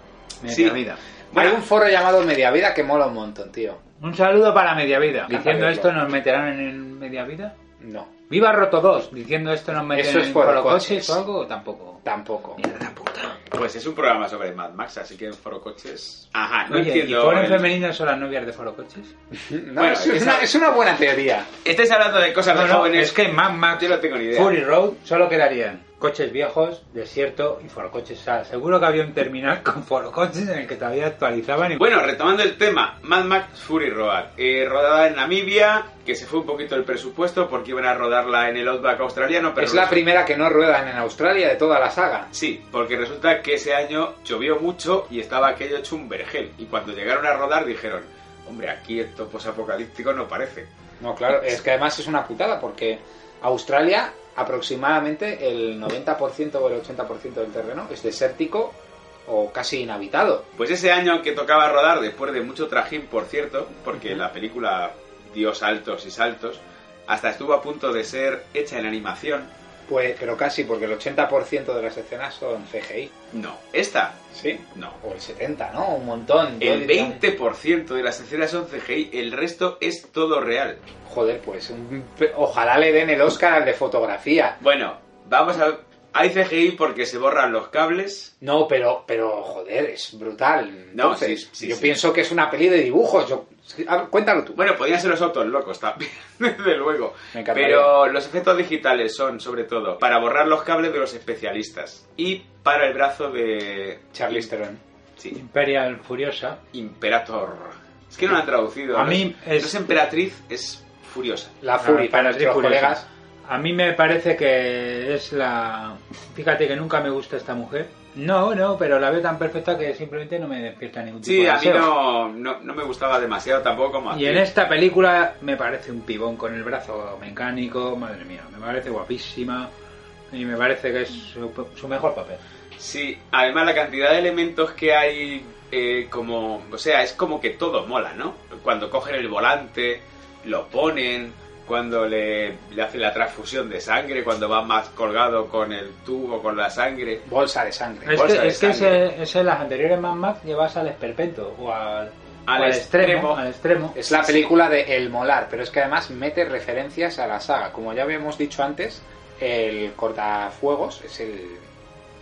[SPEAKER 3] Media
[SPEAKER 2] Sí.
[SPEAKER 3] vida.
[SPEAKER 2] Bueno,
[SPEAKER 4] Hay un foro llamado Media Vida que mola un montón, tío.
[SPEAKER 3] Un saludo para Media Vida. Diciendo
[SPEAKER 4] verlo.
[SPEAKER 3] esto nos meterán en el Media Vida.
[SPEAKER 4] No,
[SPEAKER 3] Viva Roto 2. Diciendo esto nos meterán
[SPEAKER 4] Eso es
[SPEAKER 3] en
[SPEAKER 4] por
[SPEAKER 3] Foro
[SPEAKER 4] coches.
[SPEAKER 3] Coches o algo. Tampoco.
[SPEAKER 4] tampoco.
[SPEAKER 3] Mierda puta.
[SPEAKER 2] pues es un programa sobre Mad Max, así que en Foro Coches. Ajá, no
[SPEAKER 3] Oye,
[SPEAKER 2] entiendo.
[SPEAKER 3] ¿y Foro
[SPEAKER 2] el-
[SPEAKER 3] Femenino son las novias de Foro Coches?
[SPEAKER 4] No,
[SPEAKER 2] Bueno,
[SPEAKER 4] es, es
[SPEAKER 2] esa-
[SPEAKER 4] una, es una buena teoría.
[SPEAKER 2] Estáis hablando de cosas
[SPEAKER 3] No,
[SPEAKER 2] de
[SPEAKER 3] no,
[SPEAKER 2] jóvenes.
[SPEAKER 3] es que Mad Max,
[SPEAKER 2] Yo no tengo ni idea.
[SPEAKER 3] Fury Road, solo quedarían coches viejos, desierto y forocoches. O sea, seguro que había un terminal con forocoches en el que todavía actualizaban. Y...
[SPEAKER 2] Bueno, retomando el tema, Mad Max Fury Road, eh, rodada en Namibia, que se fue un poquito el presupuesto porque iban a rodarla en el Outback australiano, pero
[SPEAKER 4] es la
[SPEAKER 2] resulta-
[SPEAKER 4] primera que no ruedan en Australia de toda la saga.
[SPEAKER 2] Sí, porque resulta que ese año llovió mucho y estaba aquello hecho un vergel. Y cuando llegaron a rodar dijeron, hombre, aquí esto posapocalíptico no parece.
[SPEAKER 4] No, claro, es que además es una putada porque Australia aproximadamente el 90% o el 80% del terreno es desértico o casi inhabitado.
[SPEAKER 2] Pues ese año que tocaba rodar, después de mucho trajín, por cierto, porque la película dio saltos y saltos, hasta estuvo a punto de ser hecha en animación.
[SPEAKER 4] Pues, pero casi porque el 80% de las escenas son CGI.
[SPEAKER 2] No, esta,
[SPEAKER 4] ¿Sí?
[SPEAKER 2] no.
[SPEAKER 4] O el 70, ¿no? Un montón. Yo
[SPEAKER 2] El
[SPEAKER 4] diría-
[SPEAKER 2] 20% de las escenas son CGI, el resto es todo real.
[SPEAKER 4] Joder, pues un- ojalá le den el Oscar al de fotografía.
[SPEAKER 2] Bueno, vamos a... Hay CGI porque se borran los cables.
[SPEAKER 4] No, pero, pero joder, es brutal.
[SPEAKER 2] No,
[SPEAKER 4] Entonces,
[SPEAKER 2] sí, sí,
[SPEAKER 4] yo
[SPEAKER 2] sí.
[SPEAKER 4] pienso que es una peli de dibujos. Yo... a ver, Cuéntalo tú.
[SPEAKER 2] Bueno, podían ser los autos locos también, desde luego.
[SPEAKER 4] Me encantaría.
[SPEAKER 2] Pero los efectos digitales son, sobre todo, para borrar los cables de los especialistas y para el brazo de...
[SPEAKER 4] Charlize Theron.
[SPEAKER 2] Sí,
[SPEAKER 3] Imperial Furiosa.
[SPEAKER 2] Imperator. Es que no lo han traducido.
[SPEAKER 3] A
[SPEAKER 2] No
[SPEAKER 3] mí
[SPEAKER 2] no
[SPEAKER 3] es-
[SPEAKER 2] es emperatriz, es furiosa.
[SPEAKER 4] La Fury,
[SPEAKER 3] Ah, Imperatriz
[SPEAKER 4] para nuestros
[SPEAKER 3] Furiosa.
[SPEAKER 4] colegas.
[SPEAKER 3] A mí me parece que es la... Fíjate que nunca me gusta esta mujer. No, no, pero la veo tan perfecta que simplemente no me despierta ningún tipo
[SPEAKER 2] Sí,
[SPEAKER 3] de
[SPEAKER 2] a mí
[SPEAKER 3] deseo.
[SPEAKER 2] no, no, no me gustaba demasiado tampoco como
[SPEAKER 3] Y en
[SPEAKER 2] actriz.
[SPEAKER 3] esta película me parece un pibón con el brazo mecánico, madre mía, me parece guapísima y me parece que es su, su mejor papel.
[SPEAKER 2] Sí, además la cantidad de elementos que hay, eh, como, o sea, es como que todo mola, ¿no? Cuando cogen el volante, lo ponen, cuando le, le hacen la transfusión de sangre, cuando va más colgado con el tubo, con la sangre.
[SPEAKER 4] Bolsa de sangre.
[SPEAKER 3] Es
[SPEAKER 2] Bolsa
[SPEAKER 3] que,
[SPEAKER 2] de
[SPEAKER 3] es que
[SPEAKER 2] sangre.
[SPEAKER 3] ese- ese en las anteriores Mad Max llevas al esperpento o al,
[SPEAKER 2] Al
[SPEAKER 3] o
[SPEAKER 2] extremo.
[SPEAKER 3] al extremo.
[SPEAKER 4] Es la película de El Molar, pero es que además mete referencias a la saga. Como ya habíamos dicho antes, el cortafuegos es el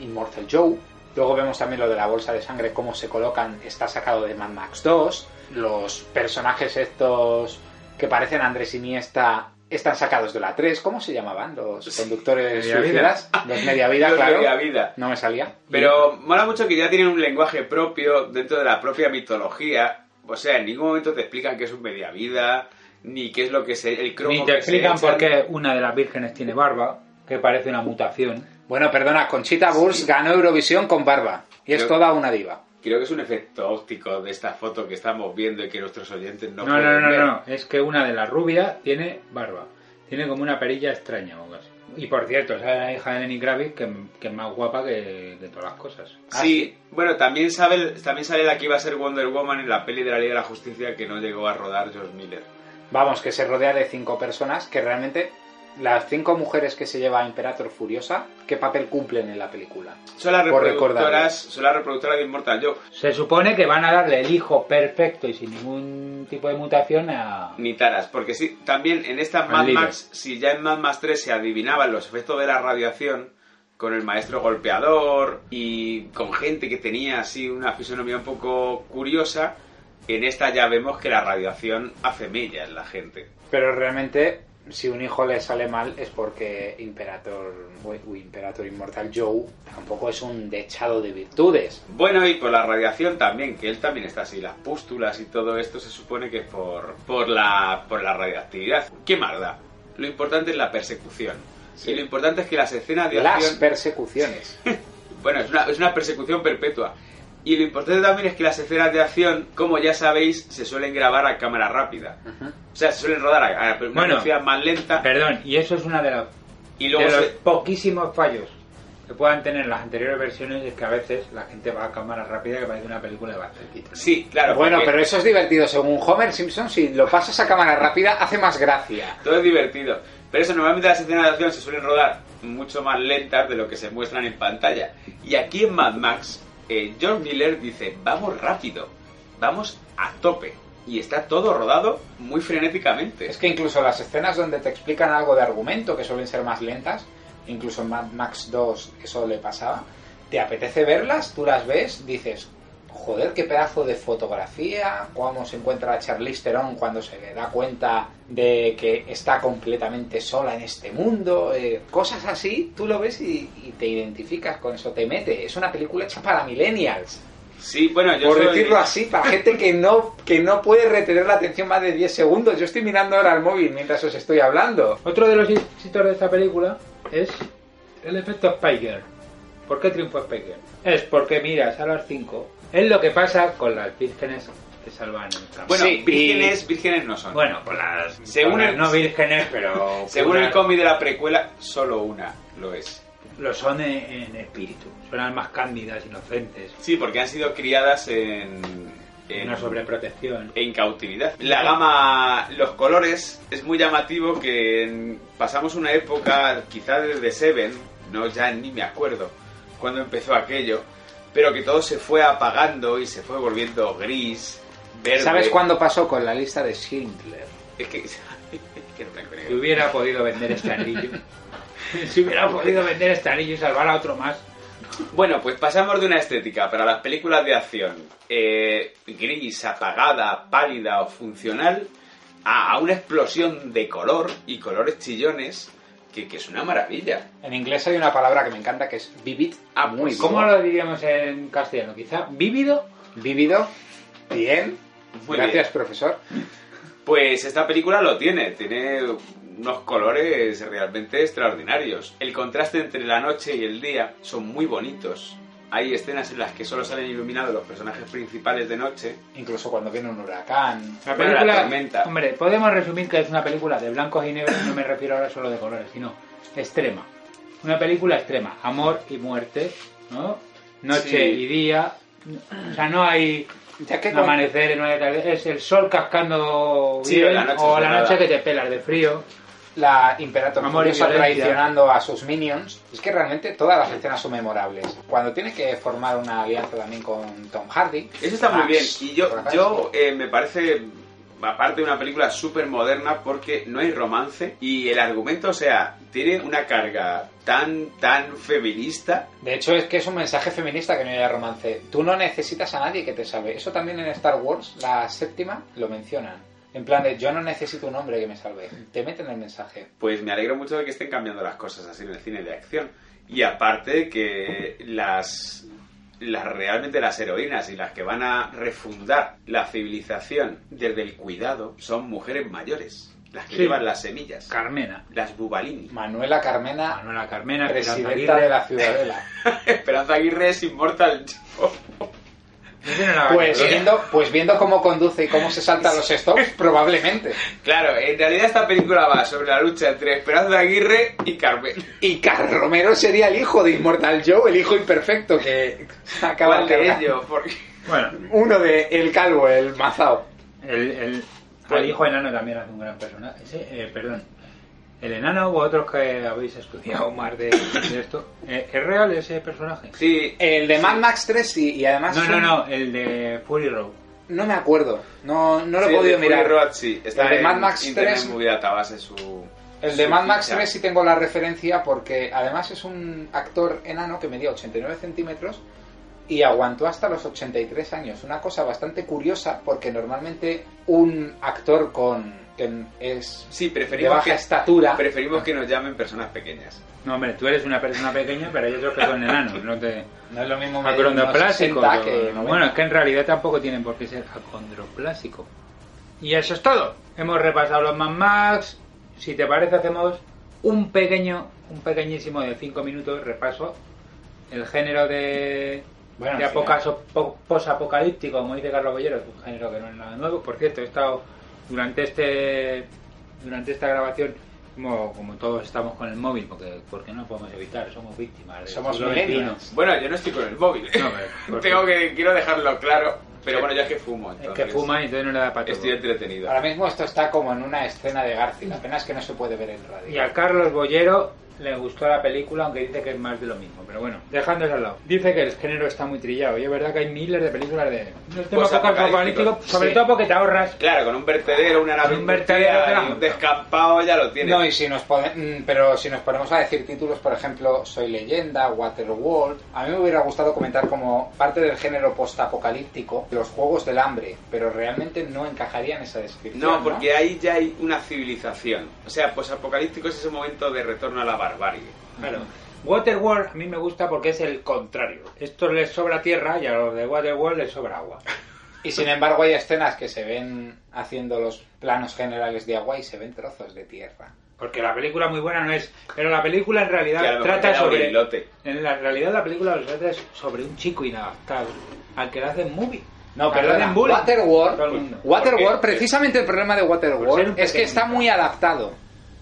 [SPEAKER 4] Immortal Joe. Luego vemos también lo de la bolsa de sangre, cómo se colocan, está sacado de Mad Max 2. Los personajes estos que parecen Andrés Iniesta están sacados de la 3. ¿Cómo se llamaban? Los conductores
[SPEAKER 3] Media vida.
[SPEAKER 4] suicidas. Los media vida,
[SPEAKER 2] Yo
[SPEAKER 4] claro.
[SPEAKER 2] creo que a vida.
[SPEAKER 4] No me salía.
[SPEAKER 2] Pero mola mucho que ya tienen un lenguaje propio dentro de la propia mitología. O sea, en ningún momento te explican qué es un media vida, ni qué es lo que es el cromo.
[SPEAKER 3] Ni
[SPEAKER 2] que
[SPEAKER 3] te
[SPEAKER 2] se
[SPEAKER 3] explican
[SPEAKER 2] echan.
[SPEAKER 3] por qué una de las vírgenes tiene barba, que parece una mutación.
[SPEAKER 4] Bueno, perdona, Conchita Burst ganó Eurovisión con barba. Y es
[SPEAKER 2] Yo-
[SPEAKER 4] toda una diva.
[SPEAKER 2] Creo que es un efecto óptico de esta foto que estamos viendo y que nuestros oyentes no,
[SPEAKER 3] No, no,
[SPEAKER 2] pueden
[SPEAKER 3] no, no,
[SPEAKER 2] ver. Ah,
[SPEAKER 3] no, es que una de las rubias tiene barba, tiene como una perilla extraña o algo así. Y por cierto, esa es la hija de Lenny Kravitz que, que es más guapa que, que todas las cosas.
[SPEAKER 2] Ah, Sí, bueno, también, sabe, también sale la que iba a ser Wonder Woman en la peli de la Liga de la Justicia que no llegó a rodar George Miller.
[SPEAKER 4] Vamos, que se rodea de cinco personas que realmente las cinco mujeres que se lleva a Imperator Furiosa, ¿qué papel cumplen en la película?
[SPEAKER 2] Son las
[SPEAKER 4] Por
[SPEAKER 2] reproductoras,
[SPEAKER 4] recordarlo.
[SPEAKER 2] son las reproductoras de Immortal Joe.
[SPEAKER 3] Se supone que van a darle el hijo perfecto y sin ningún tipo de mutación a...
[SPEAKER 2] Ni taras, porque sí, también en esta
[SPEAKER 3] Al
[SPEAKER 2] Mad
[SPEAKER 3] líder.
[SPEAKER 2] Max, si ya en Mad Max 3 se adivinaban los efectos de la radiación con el maestro golpeador y con gente que tenía así una fisonomía un poco curiosa, en esta ya vemos que la radiación hace mella en la gente.
[SPEAKER 4] Pero realmente, si un hijo le sale mal es porque Imperator, uy, uy, Imperator Immortal Joe tampoco es un dechado de virtudes.
[SPEAKER 2] Bueno, y por la radiación también, que él también está así, las pústulas y todo esto se supone que es por, por, la, por la radioactividad. ¿Qué más da? Lo importante es la persecución. Y lo importante es que las escenas de
[SPEAKER 4] Las
[SPEAKER 2] acción...
[SPEAKER 4] persecuciones.
[SPEAKER 2] Bueno, es una, es una persecución perpetua. Y lo importante también es que las escenas de acción, como ya sabéis, se suelen grabar a cámara rápida. O sea, se suelen rodar a, a una
[SPEAKER 3] Bueno.
[SPEAKER 2] velocidad más lenta
[SPEAKER 3] Perdón, y eso es una de las
[SPEAKER 2] y luego
[SPEAKER 3] de los
[SPEAKER 2] se-
[SPEAKER 3] poquísimos fallos que puedan tener las anteriores versiones es que a veces la gente va a cámara rápida que parece una película de Buster
[SPEAKER 2] Sí, claro.
[SPEAKER 4] bueno,
[SPEAKER 2] porque
[SPEAKER 4] pero eso es divertido. Según Homer Simpson, si lo pasas a cámara rápida, hace más gracia.
[SPEAKER 2] Todo es divertido. Pero eso, normalmente las escenas de acción se suelen rodar mucho más lentas de lo que se muestran en pantalla. Y aquí en Mad Max, eh, John Miller dice, vamos rápido, vamos a tope. Y está todo rodado muy frenéticamente.
[SPEAKER 4] Es que incluso las escenas donde te explican algo de argumento, que suelen ser más lentas, incluso en Mad Max 2 eso le pasaba, te apetece verlas, tú las ves, dices, joder, qué pedazo de fotografía, cómo se encuentra Charlize Theron cuando se da cuenta de que está completamente sola en este mundo, eh, cosas así, tú lo ves y, y te identificas con eso, te mete. Es una película hecha para millennials.
[SPEAKER 2] Sí, bueno, yo
[SPEAKER 4] Por
[SPEAKER 2] soy-
[SPEAKER 4] decirlo así, para gente que no, que no puede retener la atención más de 10 segundos. Yo estoy mirando ahora el móvil mientras os estoy hablando.
[SPEAKER 3] Otro de los éxitos de esta película es el efecto Spiker. ¿Por qué triunfó Spiker? Es porque miras a las 5, es lo que pasa con las vírgenes que salvan el tramo.
[SPEAKER 2] Bueno,
[SPEAKER 4] Sí, y-
[SPEAKER 2] vírgenes, vírgenes no son.
[SPEAKER 3] Bueno, con las,
[SPEAKER 2] Según
[SPEAKER 3] con las
[SPEAKER 2] el-
[SPEAKER 3] no vírgenes, pero
[SPEAKER 2] Según el
[SPEAKER 3] puras,
[SPEAKER 2] cómic de la precuela, solo una lo es.
[SPEAKER 3] lo son en, en espíritu, son almas cándidas, inocentes,
[SPEAKER 2] Sí, porque han sido criadas en... en-
[SPEAKER 3] una sobreprotección.
[SPEAKER 2] en cautividad. La gama, los colores, es muy llamativo que en- pasamos una época, quizá desde Seven, no ya ni me acuerdo cuando empezó aquello, pero que todo se fue apagando y se fue volviendo gris, verde.
[SPEAKER 4] ¿Sabes cuándo pasó con la lista de Schindler?
[SPEAKER 2] Es que, es que no tengo ni
[SPEAKER 3] Si
[SPEAKER 2] idea.
[SPEAKER 3] hubiera podido vender este anillo, si hubiera podido vender este anillo y salvar a otro más,
[SPEAKER 2] Bueno, pues pasamos de una estética para las películas de acción eh, gris, apagada, pálida o funcional a, a una explosión de color y colores chillones que- que es una maravilla.
[SPEAKER 4] En inglés hay una palabra que me encanta que es vivid.
[SPEAKER 2] Ah,
[SPEAKER 4] muy
[SPEAKER 2] pues,
[SPEAKER 3] ¿Cómo
[SPEAKER 4] vivo.
[SPEAKER 3] lo diríamos en castellano? Quizá vívido.
[SPEAKER 4] Vívido. Bien.
[SPEAKER 2] Muy
[SPEAKER 4] Gracias, profesor.
[SPEAKER 2] Pues esta película lo tiene, tiene unos colores realmente extraordinarios. El contraste entre la noche y el día son muy bonitos. Hay escenas en las que solo salen iluminados los personajes principales de noche.
[SPEAKER 4] Incluso cuando viene un huracán.
[SPEAKER 3] La
[SPEAKER 2] Bueno, la
[SPEAKER 3] película,
[SPEAKER 2] tormenta.
[SPEAKER 3] hombre, podemos resumir que es una película de blancos y negros, no me refiero ahora solo de colores, sino extrema. Una película extrema, amor y muerte, ¿no? Noche
[SPEAKER 2] Sí.
[SPEAKER 3] y día, o sea, no hay
[SPEAKER 4] Ya que
[SPEAKER 3] un
[SPEAKER 4] con-
[SPEAKER 3] amanecer, no hay tarde, es el sol cascando
[SPEAKER 2] Sí,
[SPEAKER 3] bien,
[SPEAKER 2] o la noche
[SPEAKER 3] o la
[SPEAKER 2] cerrada.
[SPEAKER 3] noche que te pelas de frío.
[SPEAKER 4] la Imperator
[SPEAKER 3] Amor y
[SPEAKER 4] Furiosa
[SPEAKER 3] violencia.
[SPEAKER 4] traicionando a sus minions. Es que realmente todas las escenas son memorables. Cuando tiene que formar una alianza también con Tom Hardy.
[SPEAKER 2] Eso está muy
[SPEAKER 4] Max,
[SPEAKER 2] bien. Y yo,
[SPEAKER 4] por acaso.
[SPEAKER 2] yo eh, me parece, aparte de una película súper moderna, porque no hay romance y el argumento, o sea, tiene una carga tan, tan feminista.
[SPEAKER 4] De hecho, es que es un mensaje feminista que no haya romance. Tú no necesitas a nadie que te salve. Eso también en Star Wars, la séptima, lo mencionan. En plan de, yo no necesito un hombre que me salve. Te meten el mensaje.
[SPEAKER 2] pues me alegro mucho de que estén cambiando las cosas así en el cine de acción. Y aparte que las, las realmente las heroínas y las que van a refundar la civilización desde el cuidado son mujeres mayores, las que
[SPEAKER 3] Sí.
[SPEAKER 2] llevan las semillas,
[SPEAKER 3] Carmena.
[SPEAKER 2] las bubalini.
[SPEAKER 4] Manuela Carmena,
[SPEAKER 3] Manuela Carmena,
[SPEAKER 4] presidenta de la Ciudadela.
[SPEAKER 2] Esperanza Aguirre es inmortal.
[SPEAKER 4] Pues viendo, pues viendo cómo conduce y cómo se salta los stops, probablemente.
[SPEAKER 2] claro, en realidad esta película va sobre la lucha entre Esperanza Aguirre y Carmen.
[SPEAKER 4] Y Carl Romero sería el hijo de Immortal Joe, el hijo imperfecto que acaba
[SPEAKER 2] ¿Cuál de
[SPEAKER 4] cargando.
[SPEAKER 2] ellos? Porque...
[SPEAKER 3] Bueno,
[SPEAKER 4] Uno de El Calvo, el Mazao.
[SPEAKER 3] El, el,
[SPEAKER 4] Pues-
[SPEAKER 2] Bueno.
[SPEAKER 3] el hijo enano también hace un gran personaje. Ese, eh, perdón. El enano u otros que habéis estudiado más de, de esto. eh, ¿Es real ese personaje?
[SPEAKER 2] Sí,
[SPEAKER 4] El de Mad Max 3 sí, y además...
[SPEAKER 3] No, no,
[SPEAKER 4] un-
[SPEAKER 3] no, el de Fury Road.
[SPEAKER 4] No me acuerdo. No, no lo
[SPEAKER 2] sí,
[SPEAKER 4] he podido
[SPEAKER 2] el de Fury
[SPEAKER 4] mirar.
[SPEAKER 2] Road, sí. Está
[SPEAKER 4] El de
[SPEAKER 2] en
[SPEAKER 4] Mad Max
[SPEAKER 2] Internet
[SPEAKER 4] 3.
[SPEAKER 2] Movie Database su...
[SPEAKER 4] El de
[SPEAKER 2] su
[SPEAKER 4] Mad Max
[SPEAKER 2] ficha.
[SPEAKER 4] 3 sí tengo la referencia porque además es un actor enano que medía 89 centímetros y aguantó hasta los 83 años. Una cosa bastante curiosa porque normalmente un actor con que es
[SPEAKER 2] Sí,
[SPEAKER 4] de
[SPEAKER 2] preferimos
[SPEAKER 4] baja
[SPEAKER 2] que,
[SPEAKER 4] estatura
[SPEAKER 2] preferimos que nos llamen personas pequeñas.
[SPEAKER 3] No, hombre, tú eres una persona pequeña, pero hay otros que son enanos. No te.
[SPEAKER 4] no es lo
[SPEAKER 3] Ah,
[SPEAKER 4] mismo medir unos
[SPEAKER 3] Acondroplásicos.
[SPEAKER 4] 60
[SPEAKER 3] o-
[SPEAKER 4] que 90.
[SPEAKER 3] Bueno, es que en realidad tampoco tienen por qué ser acondroplásico. Y eso es todo. Hemos repasado los Mad Max. Si te parece, hacemos un pequeño, un pequeñísimo de 5 minutos repaso el género de,
[SPEAKER 4] Bueno, ¿eh?
[SPEAKER 3] de
[SPEAKER 4] al final-
[SPEAKER 3] apocaso- po- posapocalíptico, como dice Carlos Bollero, un género que no es nada nuevo. Por cierto, he estado durante este durante esta grabación como, como todos estamos con el móvil porque porque no podemos evitar somos víctimas del
[SPEAKER 4] Somos
[SPEAKER 3] siglo XXI.
[SPEAKER 4] millennials.
[SPEAKER 2] Bueno, yo no estoy con el móvil.
[SPEAKER 3] No, pero-
[SPEAKER 2] Tengo que, quiero dejarlo claro. Pero bueno, ya es que fumo,
[SPEAKER 3] es
[SPEAKER 2] entonces.
[SPEAKER 3] que fuma y entonces no le da para todo.
[SPEAKER 2] Estoy entretenido.
[SPEAKER 4] Ahora mismo esto está como en una escena de Garfield, apenas que no se puede ver en
[SPEAKER 3] Y
[SPEAKER 4] radio.
[SPEAKER 3] a Carlos Bollero le gustó la película, aunque dice que es más de lo mismo. Pero bueno, dejando eso al lado. Dice que el género está muy trillado. Y es verdad que hay miles de películas de...
[SPEAKER 2] Pues
[SPEAKER 3] del tema
[SPEAKER 2] Posapocalíptico.
[SPEAKER 3] apocalíptico, sobre
[SPEAKER 4] Sí.
[SPEAKER 3] todo porque te ahorras...
[SPEAKER 2] Claro, con un vertedero, una nave
[SPEAKER 3] Con un vertedero
[SPEAKER 2] industrial
[SPEAKER 3] te la
[SPEAKER 2] y un
[SPEAKER 3] montas.
[SPEAKER 2] descampado ya lo tienes.
[SPEAKER 4] No, y si nos pone- mm, pero si nos ponemos a decir títulos, por ejemplo, Soy leyenda, Waterworld, a mí me hubiera gustado comentar como parte del género postapocalíptico los juegos del hambre, pero realmente no encajaría en esa descripción.
[SPEAKER 2] No, porque ahí ya hay una civilización. O sea, pues apocalíptico es ese momento de retorno a la barbarie.
[SPEAKER 3] Claro. Waterworld a mí me gusta porque es el contrario. Esto les sobra tierra y a los de Waterworld les sobra agua.
[SPEAKER 4] Y sin embargo hay escenas que se ven haciendo los planos generales de agua y se ven trozos de tierra.
[SPEAKER 3] Porque la película muy buena no es... Pero la película en
[SPEAKER 2] Que a lo
[SPEAKER 3] realidad
[SPEAKER 2] mejor
[SPEAKER 3] trata
[SPEAKER 2] era un
[SPEAKER 3] sobre...
[SPEAKER 2] islote.
[SPEAKER 3] En la realidad la película lo que trata es sobre un chico inadaptado al que le hacen movie.
[SPEAKER 4] No,
[SPEAKER 3] Al que le
[SPEAKER 4] perdona,
[SPEAKER 3] hacen bullying.
[SPEAKER 4] Waterworld-
[SPEAKER 3] Todo el mundo.
[SPEAKER 4] Waterworld,
[SPEAKER 2] Porque-
[SPEAKER 4] precisamente el problema de
[SPEAKER 3] Por ser
[SPEAKER 4] Waterworld
[SPEAKER 3] un
[SPEAKER 4] es que está
[SPEAKER 3] pequeñito.
[SPEAKER 4] muy adaptado.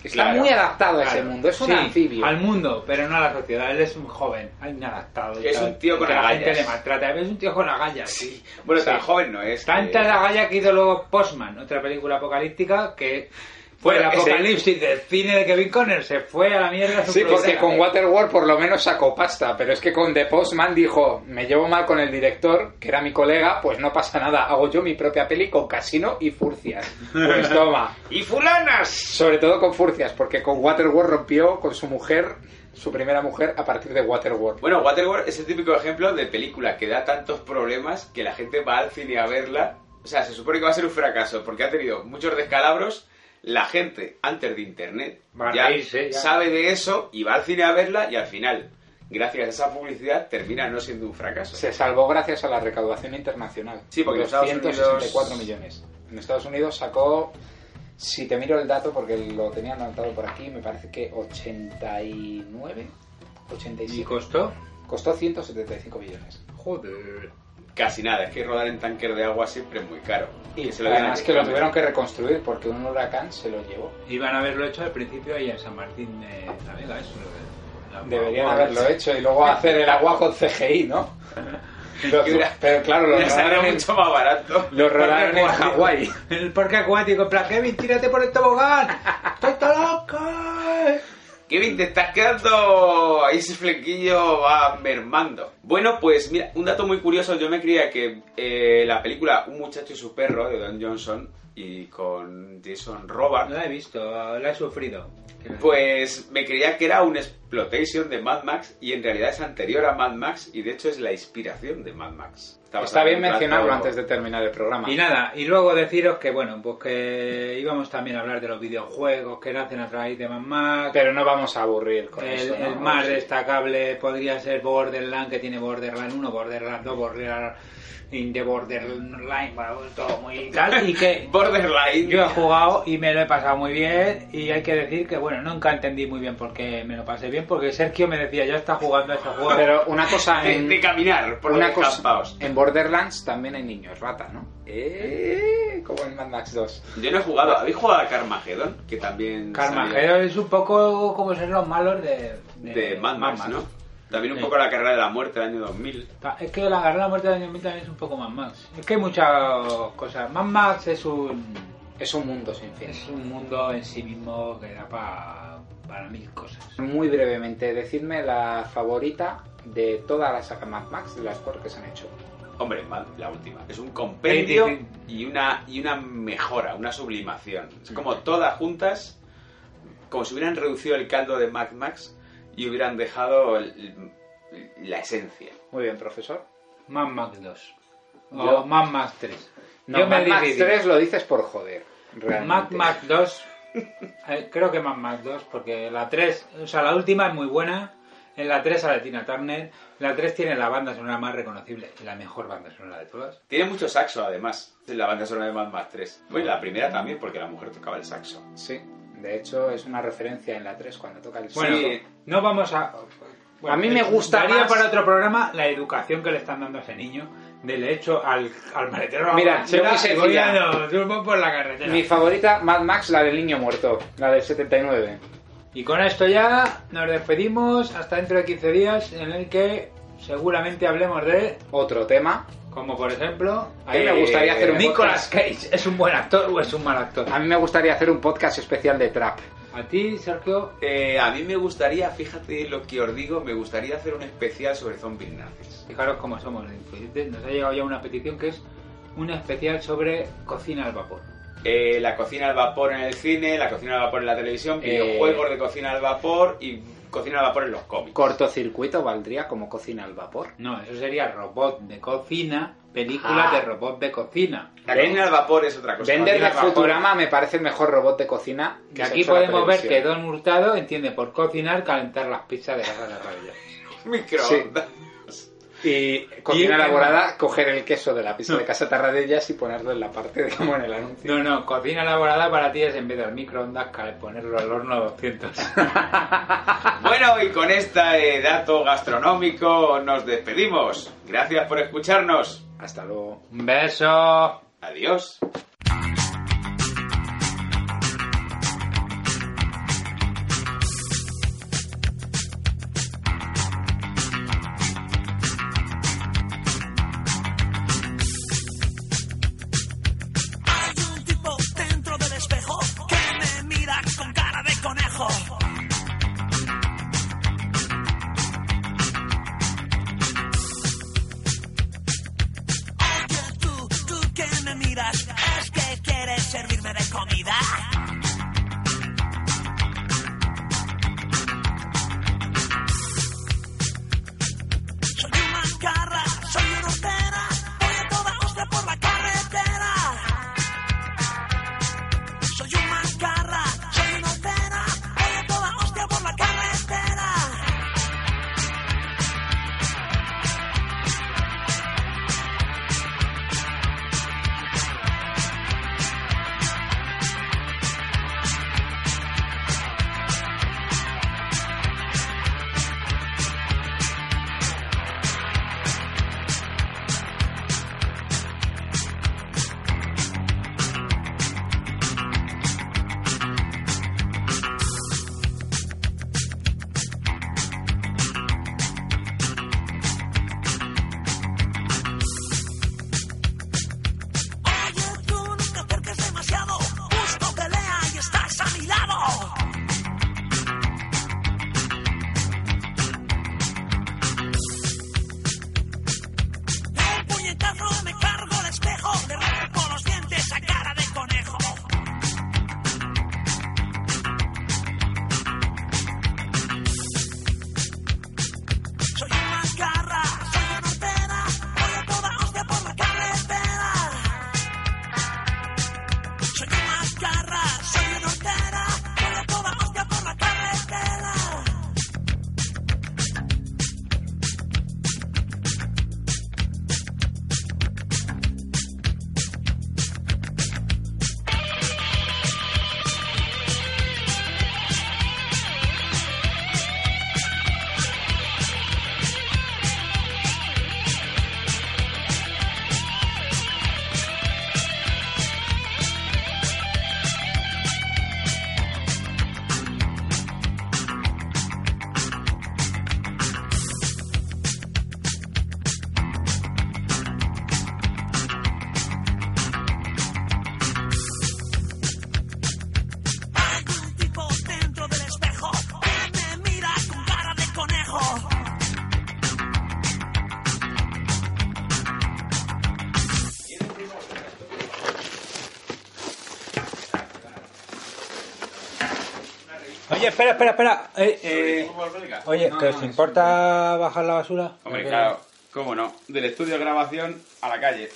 [SPEAKER 4] Está
[SPEAKER 2] Claro.
[SPEAKER 4] muy adaptado a
[SPEAKER 3] Claro,
[SPEAKER 4] ese mundo, es un
[SPEAKER 3] sí,
[SPEAKER 4] anfibio.
[SPEAKER 3] Al mundo, pero no a la sociedad. Él es un joven, inadaptado. y
[SPEAKER 2] Es
[SPEAKER 3] tal,
[SPEAKER 2] un tío con
[SPEAKER 3] que La gente
[SPEAKER 2] agallas.
[SPEAKER 3] le maltrata. Es un tío con agallas. Sí.
[SPEAKER 2] Bueno,
[SPEAKER 3] Sí.
[SPEAKER 2] tan joven no es.
[SPEAKER 3] Tanta
[SPEAKER 2] eh,
[SPEAKER 3] la agallas que hizo luego Postman, otra película apocalíptica que fue
[SPEAKER 2] Bueno,
[SPEAKER 3] el
[SPEAKER 2] ese-
[SPEAKER 3] apocalipsis del cine de Kevin Conner. Se fue a la mierda. su
[SPEAKER 4] Sí, porque
[SPEAKER 3] programa.
[SPEAKER 4] con
[SPEAKER 2] eh.
[SPEAKER 4] Waterworld por lo menos sacó pasta, pero es que con The Postman dijo, me llevo mal con el director, que era mi colega, pues no pasa nada, hago yo mi propia peli con Casino y Furcias. Pues toma,
[SPEAKER 2] ¡Y fulanas!
[SPEAKER 4] sobre todo con Furcias, porque con Waterworld rompió con su mujer, su primera mujer, a partir de Waterworld.
[SPEAKER 2] Bueno, Waterworld es el típico ejemplo de película que da tantos problemas que la gente va al cine a verla. O sea, se supone que va a ser un fracaso porque ha tenido muchos descalabros. La gente, antes de internet,
[SPEAKER 3] Va a
[SPEAKER 2] ya
[SPEAKER 3] reírse, ya.
[SPEAKER 2] sabe de eso y va al cine a verla y al final, gracias a esa publicidad, termina no siendo un fracaso.
[SPEAKER 4] Se salvó gracias a la recaudación internacional.
[SPEAKER 2] Sí, porque en Estados
[SPEAKER 4] 264
[SPEAKER 2] Unidos-
[SPEAKER 4] millones. En Estados Unidos sacó, si te miro el dato, porque lo tenía anotado por aquí, me parece que 89,
[SPEAKER 3] ¿Y
[SPEAKER 4] 85.
[SPEAKER 3] costó?
[SPEAKER 4] Costó 175 millones.
[SPEAKER 3] Joder.
[SPEAKER 2] Casi nada, es que rodar en tanques de agua siempre es muy caro.
[SPEAKER 4] Y
[SPEAKER 2] Que se lo den a
[SPEAKER 4] además que lo tuvieron que reconstruir porque un huracán se lo llevó.
[SPEAKER 3] Iban a haberlo hecho al principio ahí en San Martín de la Vega, eso. eh. la-
[SPEAKER 4] Deberían
[SPEAKER 3] la-
[SPEAKER 4] haberlo hecho y luego hacer el agua con CGI, ¿no? Lo-
[SPEAKER 2] Hubiera-
[SPEAKER 4] pero claro, lo
[SPEAKER 2] Me saldrá
[SPEAKER 4] rodaron en,
[SPEAKER 2] mucho más barato.
[SPEAKER 4] lo rodaron en
[SPEAKER 3] acuático.
[SPEAKER 4] Hawái.
[SPEAKER 3] En el parque acuático, en plan, Kevin, tírate por el tobogán. ¡Estoy loco!
[SPEAKER 2] Kevin, te estás quedando. Ahí ese flequillo va mermando. Bueno, pues mira, un dato muy curioso. Yo me creía que eh, la película Un muchacho y su perro de Don Johnson y con Jason
[SPEAKER 3] No
[SPEAKER 2] Robards,
[SPEAKER 3] la he visto, la he sufrido.
[SPEAKER 2] pues me creía que era un exploitation de Mad Max y en realidad es anterior a Mad Max y de hecho es la inspiración de Mad Max.
[SPEAKER 4] Está
[SPEAKER 2] bastante
[SPEAKER 4] bien mencionarlo
[SPEAKER 2] claro.
[SPEAKER 4] antes de terminar el programa.
[SPEAKER 3] Y nada, y luego deciros que, bueno, pues que íbamos también a hablar de los videojuegos que nacen a través de Mad Max.
[SPEAKER 4] Pero no vamos a aburrir con
[SPEAKER 3] el,
[SPEAKER 4] eso. ¿no?
[SPEAKER 3] el más destacable podría ser Borderland, que tiene Borderland 1, Borderland 2, Borderland in the Borderline, bueno, todo muy y tal. Y que
[SPEAKER 2] Borderline.
[SPEAKER 3] Yo he jugado y me lo he pasado muy bien y hay que decir que, bueno, nunca entendí muy bien por qué me lo pasé bien, porque Sergio me decía, ya está jugando a este juego.
[SPEAKER 4] Pero una cosa
[SPEAKER 2] De,
[SPEAKER 4] en,
[SPEAKER 2] de caminar por
[SPEAKER 4] una
[SPEAKER 2] los
[SPEAKER 4] cosa-
[SPEAKER 2] descampados.
[SPEAKER 4] en Borderlands también hay niños rata, ¿no? Eh, como en Mad Max 2.
[SPEAKER 2] Yo no he jugado. ¿Habéis jugado a Carmageddon? Que también. salió-
[SPEAKER 3] Carmagero es un poco como ser los malos de,
[SPEAKER 2] de Mad Max, ¿no? También un
[SPEAKER 3] Sí.
[SPEAKER 2] poco la carrera de la muerte del año 2000.
[SPEAKER 3] Ta- Es que la carrera de la muerte de año 2000 también es un poco Mad Max. Es que hay muchas cosas. Mad Max es un,
[SPEAKER 4] Es un mundo sin fin.
[SPEAKER 3] es un mundo en sí mismo que da pa- para mil cosas.
[SPEAKER 4] Muy brevemente, decidme la favorita de toda la saga Mad Max, de las cuatro que se han hecho.
[SPEAKER 2] Hombre, mal, la última. Es un compendio
[SPEAKER 3] 25.
[SPEAKER 2] y una, y una mejora, una sublimación. Es como todas juntas, como si hubieran reducido el caldo de Mad Max y hubieran dejado el- la esencia.
[SPEAKER 4] Muy bien, profesor.
[SPEAKER 3] Mad Max 2. O
[SPEAKER 4] Yo-
[SPEAKER 3] Mad Max 3.
[SPEAKER 4] No,
[SPEAKER 3] Yo me
[SPEAKER 4] Mad Max
[SPEAKER 3] dividí.
[SPEAKER 4] 3 lo dices por joder. Realmente.
[SPEAKER 3] Mad Max 2. eh, Creo que Mad Max 2, porque la 3, o sea, la última es muy buena. En la 3 sale Tina Turner. La 3 tiene la banda sonora más reconocible y la mejor banda sonora de todas.
[SPEAKER 2] Tiene mucho saxo, además, en la banda sonora de Mad Max 3. Bueno, y la primera también, porque la mujer tocaba el saxo.
[SPEAKER 4] Sí, De hecho, es una referencia en la 3 cuando toca el
[SPEAKER 3] Bueno,
[SPEAKER 4] saxo.
[SPEAKER 3] no vamos a.
[SPEAKER 4] A mí me gusta
[SPEAKER 3] daría
[SPEAKER 4] más-
[SPEAKER 3] para otro programa la educación que le están dando a ese niño. Del hecho al, al maletero. a la
[SPEAKER 4] Mira,
[SPEAKER 3] borrachera,
[SPEAKER 4] yo muy
[SPEAKER 3] y voy
[SPEAKER 4] sencilla.
[SPEAKER 3] a lo turbo por la carretera.
[SPEAKER 4] Mi favorita, Mad Max, la del niño muerto, la del 79.
[SPEAKER 3] Y con esto ya nos despedimos hasta dentro de 15 días en el que seguramente hablemos de,
[SPEAKER 4] Otro tema.
[SPEAKER 3] como por ejemplo, eh,
[SPEAKER 4] A mí me gustaría hacer un
[SPEAKER 3] Nicolas Cage. ¿Es un buen actor o es un mal actor?
[SPEAKER 4] A mí me gustaría hacer un podcast especial de trap.
[SPEAKER 3] A ti, Sergio,
[SPEAKER 2] Eh, a mí me gustaría, fíjate lo que os digo, me gustaría hacer un especial sobre zombies nazis.
[SPEAKER 3] fijaros cómo somos de influyentes. Nos ha llegado ya una petición que es un especial sobre cocina al vapor.
[SPEAKER 2] Eh, la cocina al vapor en el cine, la cocina al vapor en la televisión,
[SPEAKER 4] Eh.
[SPEAKER 2] videojuegos de cocina al vapor y cocina al vapor en los cómics.
[SPEAKER 4] Cortocircuito valdría como cocina al vapor.
[SPEAKER 3] No, eso sería robot de cocina, película
[SPEAKER 4] Ah.
[SPEAKER 3] de robot de cocina.
[SPEAKER 2] La cocina al vapor es otra cosa.
[SPEAKER 4] Vender de
[SPEAKER 3] Cocina al vapor.
[SPEAKER 4] Futurama me parece mejor robot de cocina.
[SPEAKER 3] Que
[SPEAKER 4] se ha
[SPEAKER 3] aquí
[SPEAKER 4] hecho en la
[SPEAKER 3] podemos ver que
[SPEAKER 4] televisión.
[SPEAKER 3] Don Hurtado entiende por cocinar calentar las pizzas de la sala de
[SPEAKER 2] Microondas.
[SPEAKER 4] Y
[SPEAKER 3] Y el
[SPEAKER 4] cocina
[SPEAKER 3] tema.
[SPEAKER 4] elaborada, coger el queso de la pizza de casa Tarradellas y ponerlo en la parte de como en el anuncio.
[SPEAKER 3] No, no, cocina elaborada para ti es en vez del microondas cal- ponerlo al horno a 200.
[SPEAKER 2] Bueno, y con este eh, dato gastronómico nos despedimos. Gracias por escucharnos.
[SPEAKER 4] Hasta luego.
[SPEAKER 3] Un beso.
[SPEAKER 2] Adiós.
[SPEAKER 6] Hay un tipo dentro del espejo que me mira con cara de conejo. Oye tú, tú que me miras, es que quieres servirme de comida. Soy una carra, soy una hortera, voy a toda hostia por la carretera. Soy un macarra, soy una hortera, voy a toda hostia por la carretera. Oye, tú nunca acerques demasiado, justo pelea y estás a mi lado. El puñetazo me cargo el espejo, le arranco los dientes a cara de conejo. Soy una garra, soy una hortera, voy a toda hostia por la carretera. Soy una garra, soy una hortera, voy a toda hostia por la carretera. Hay un tipo dentro del espejo que me mira con cara de conejo.
[SPEAKER 3] Oye, espera, espera, espera. Eh,
[SPEAKER 2] ¿Fútbol belga?
[SPEAKER 3] oye,
[SPEAKER 4] No,
[SPEAKER 3] ¿que
[SPEAKER 4] no,
[SPEAKER 3] os
[SPEAKER 4] es
[SPEAKER 3] importa bajar la basura?
[SPEAKER 2] Hombre,
[SPEAKER 3] Porque-
[SPEAKER 2] claro, cómo no. Del estudio de grabación a la calle.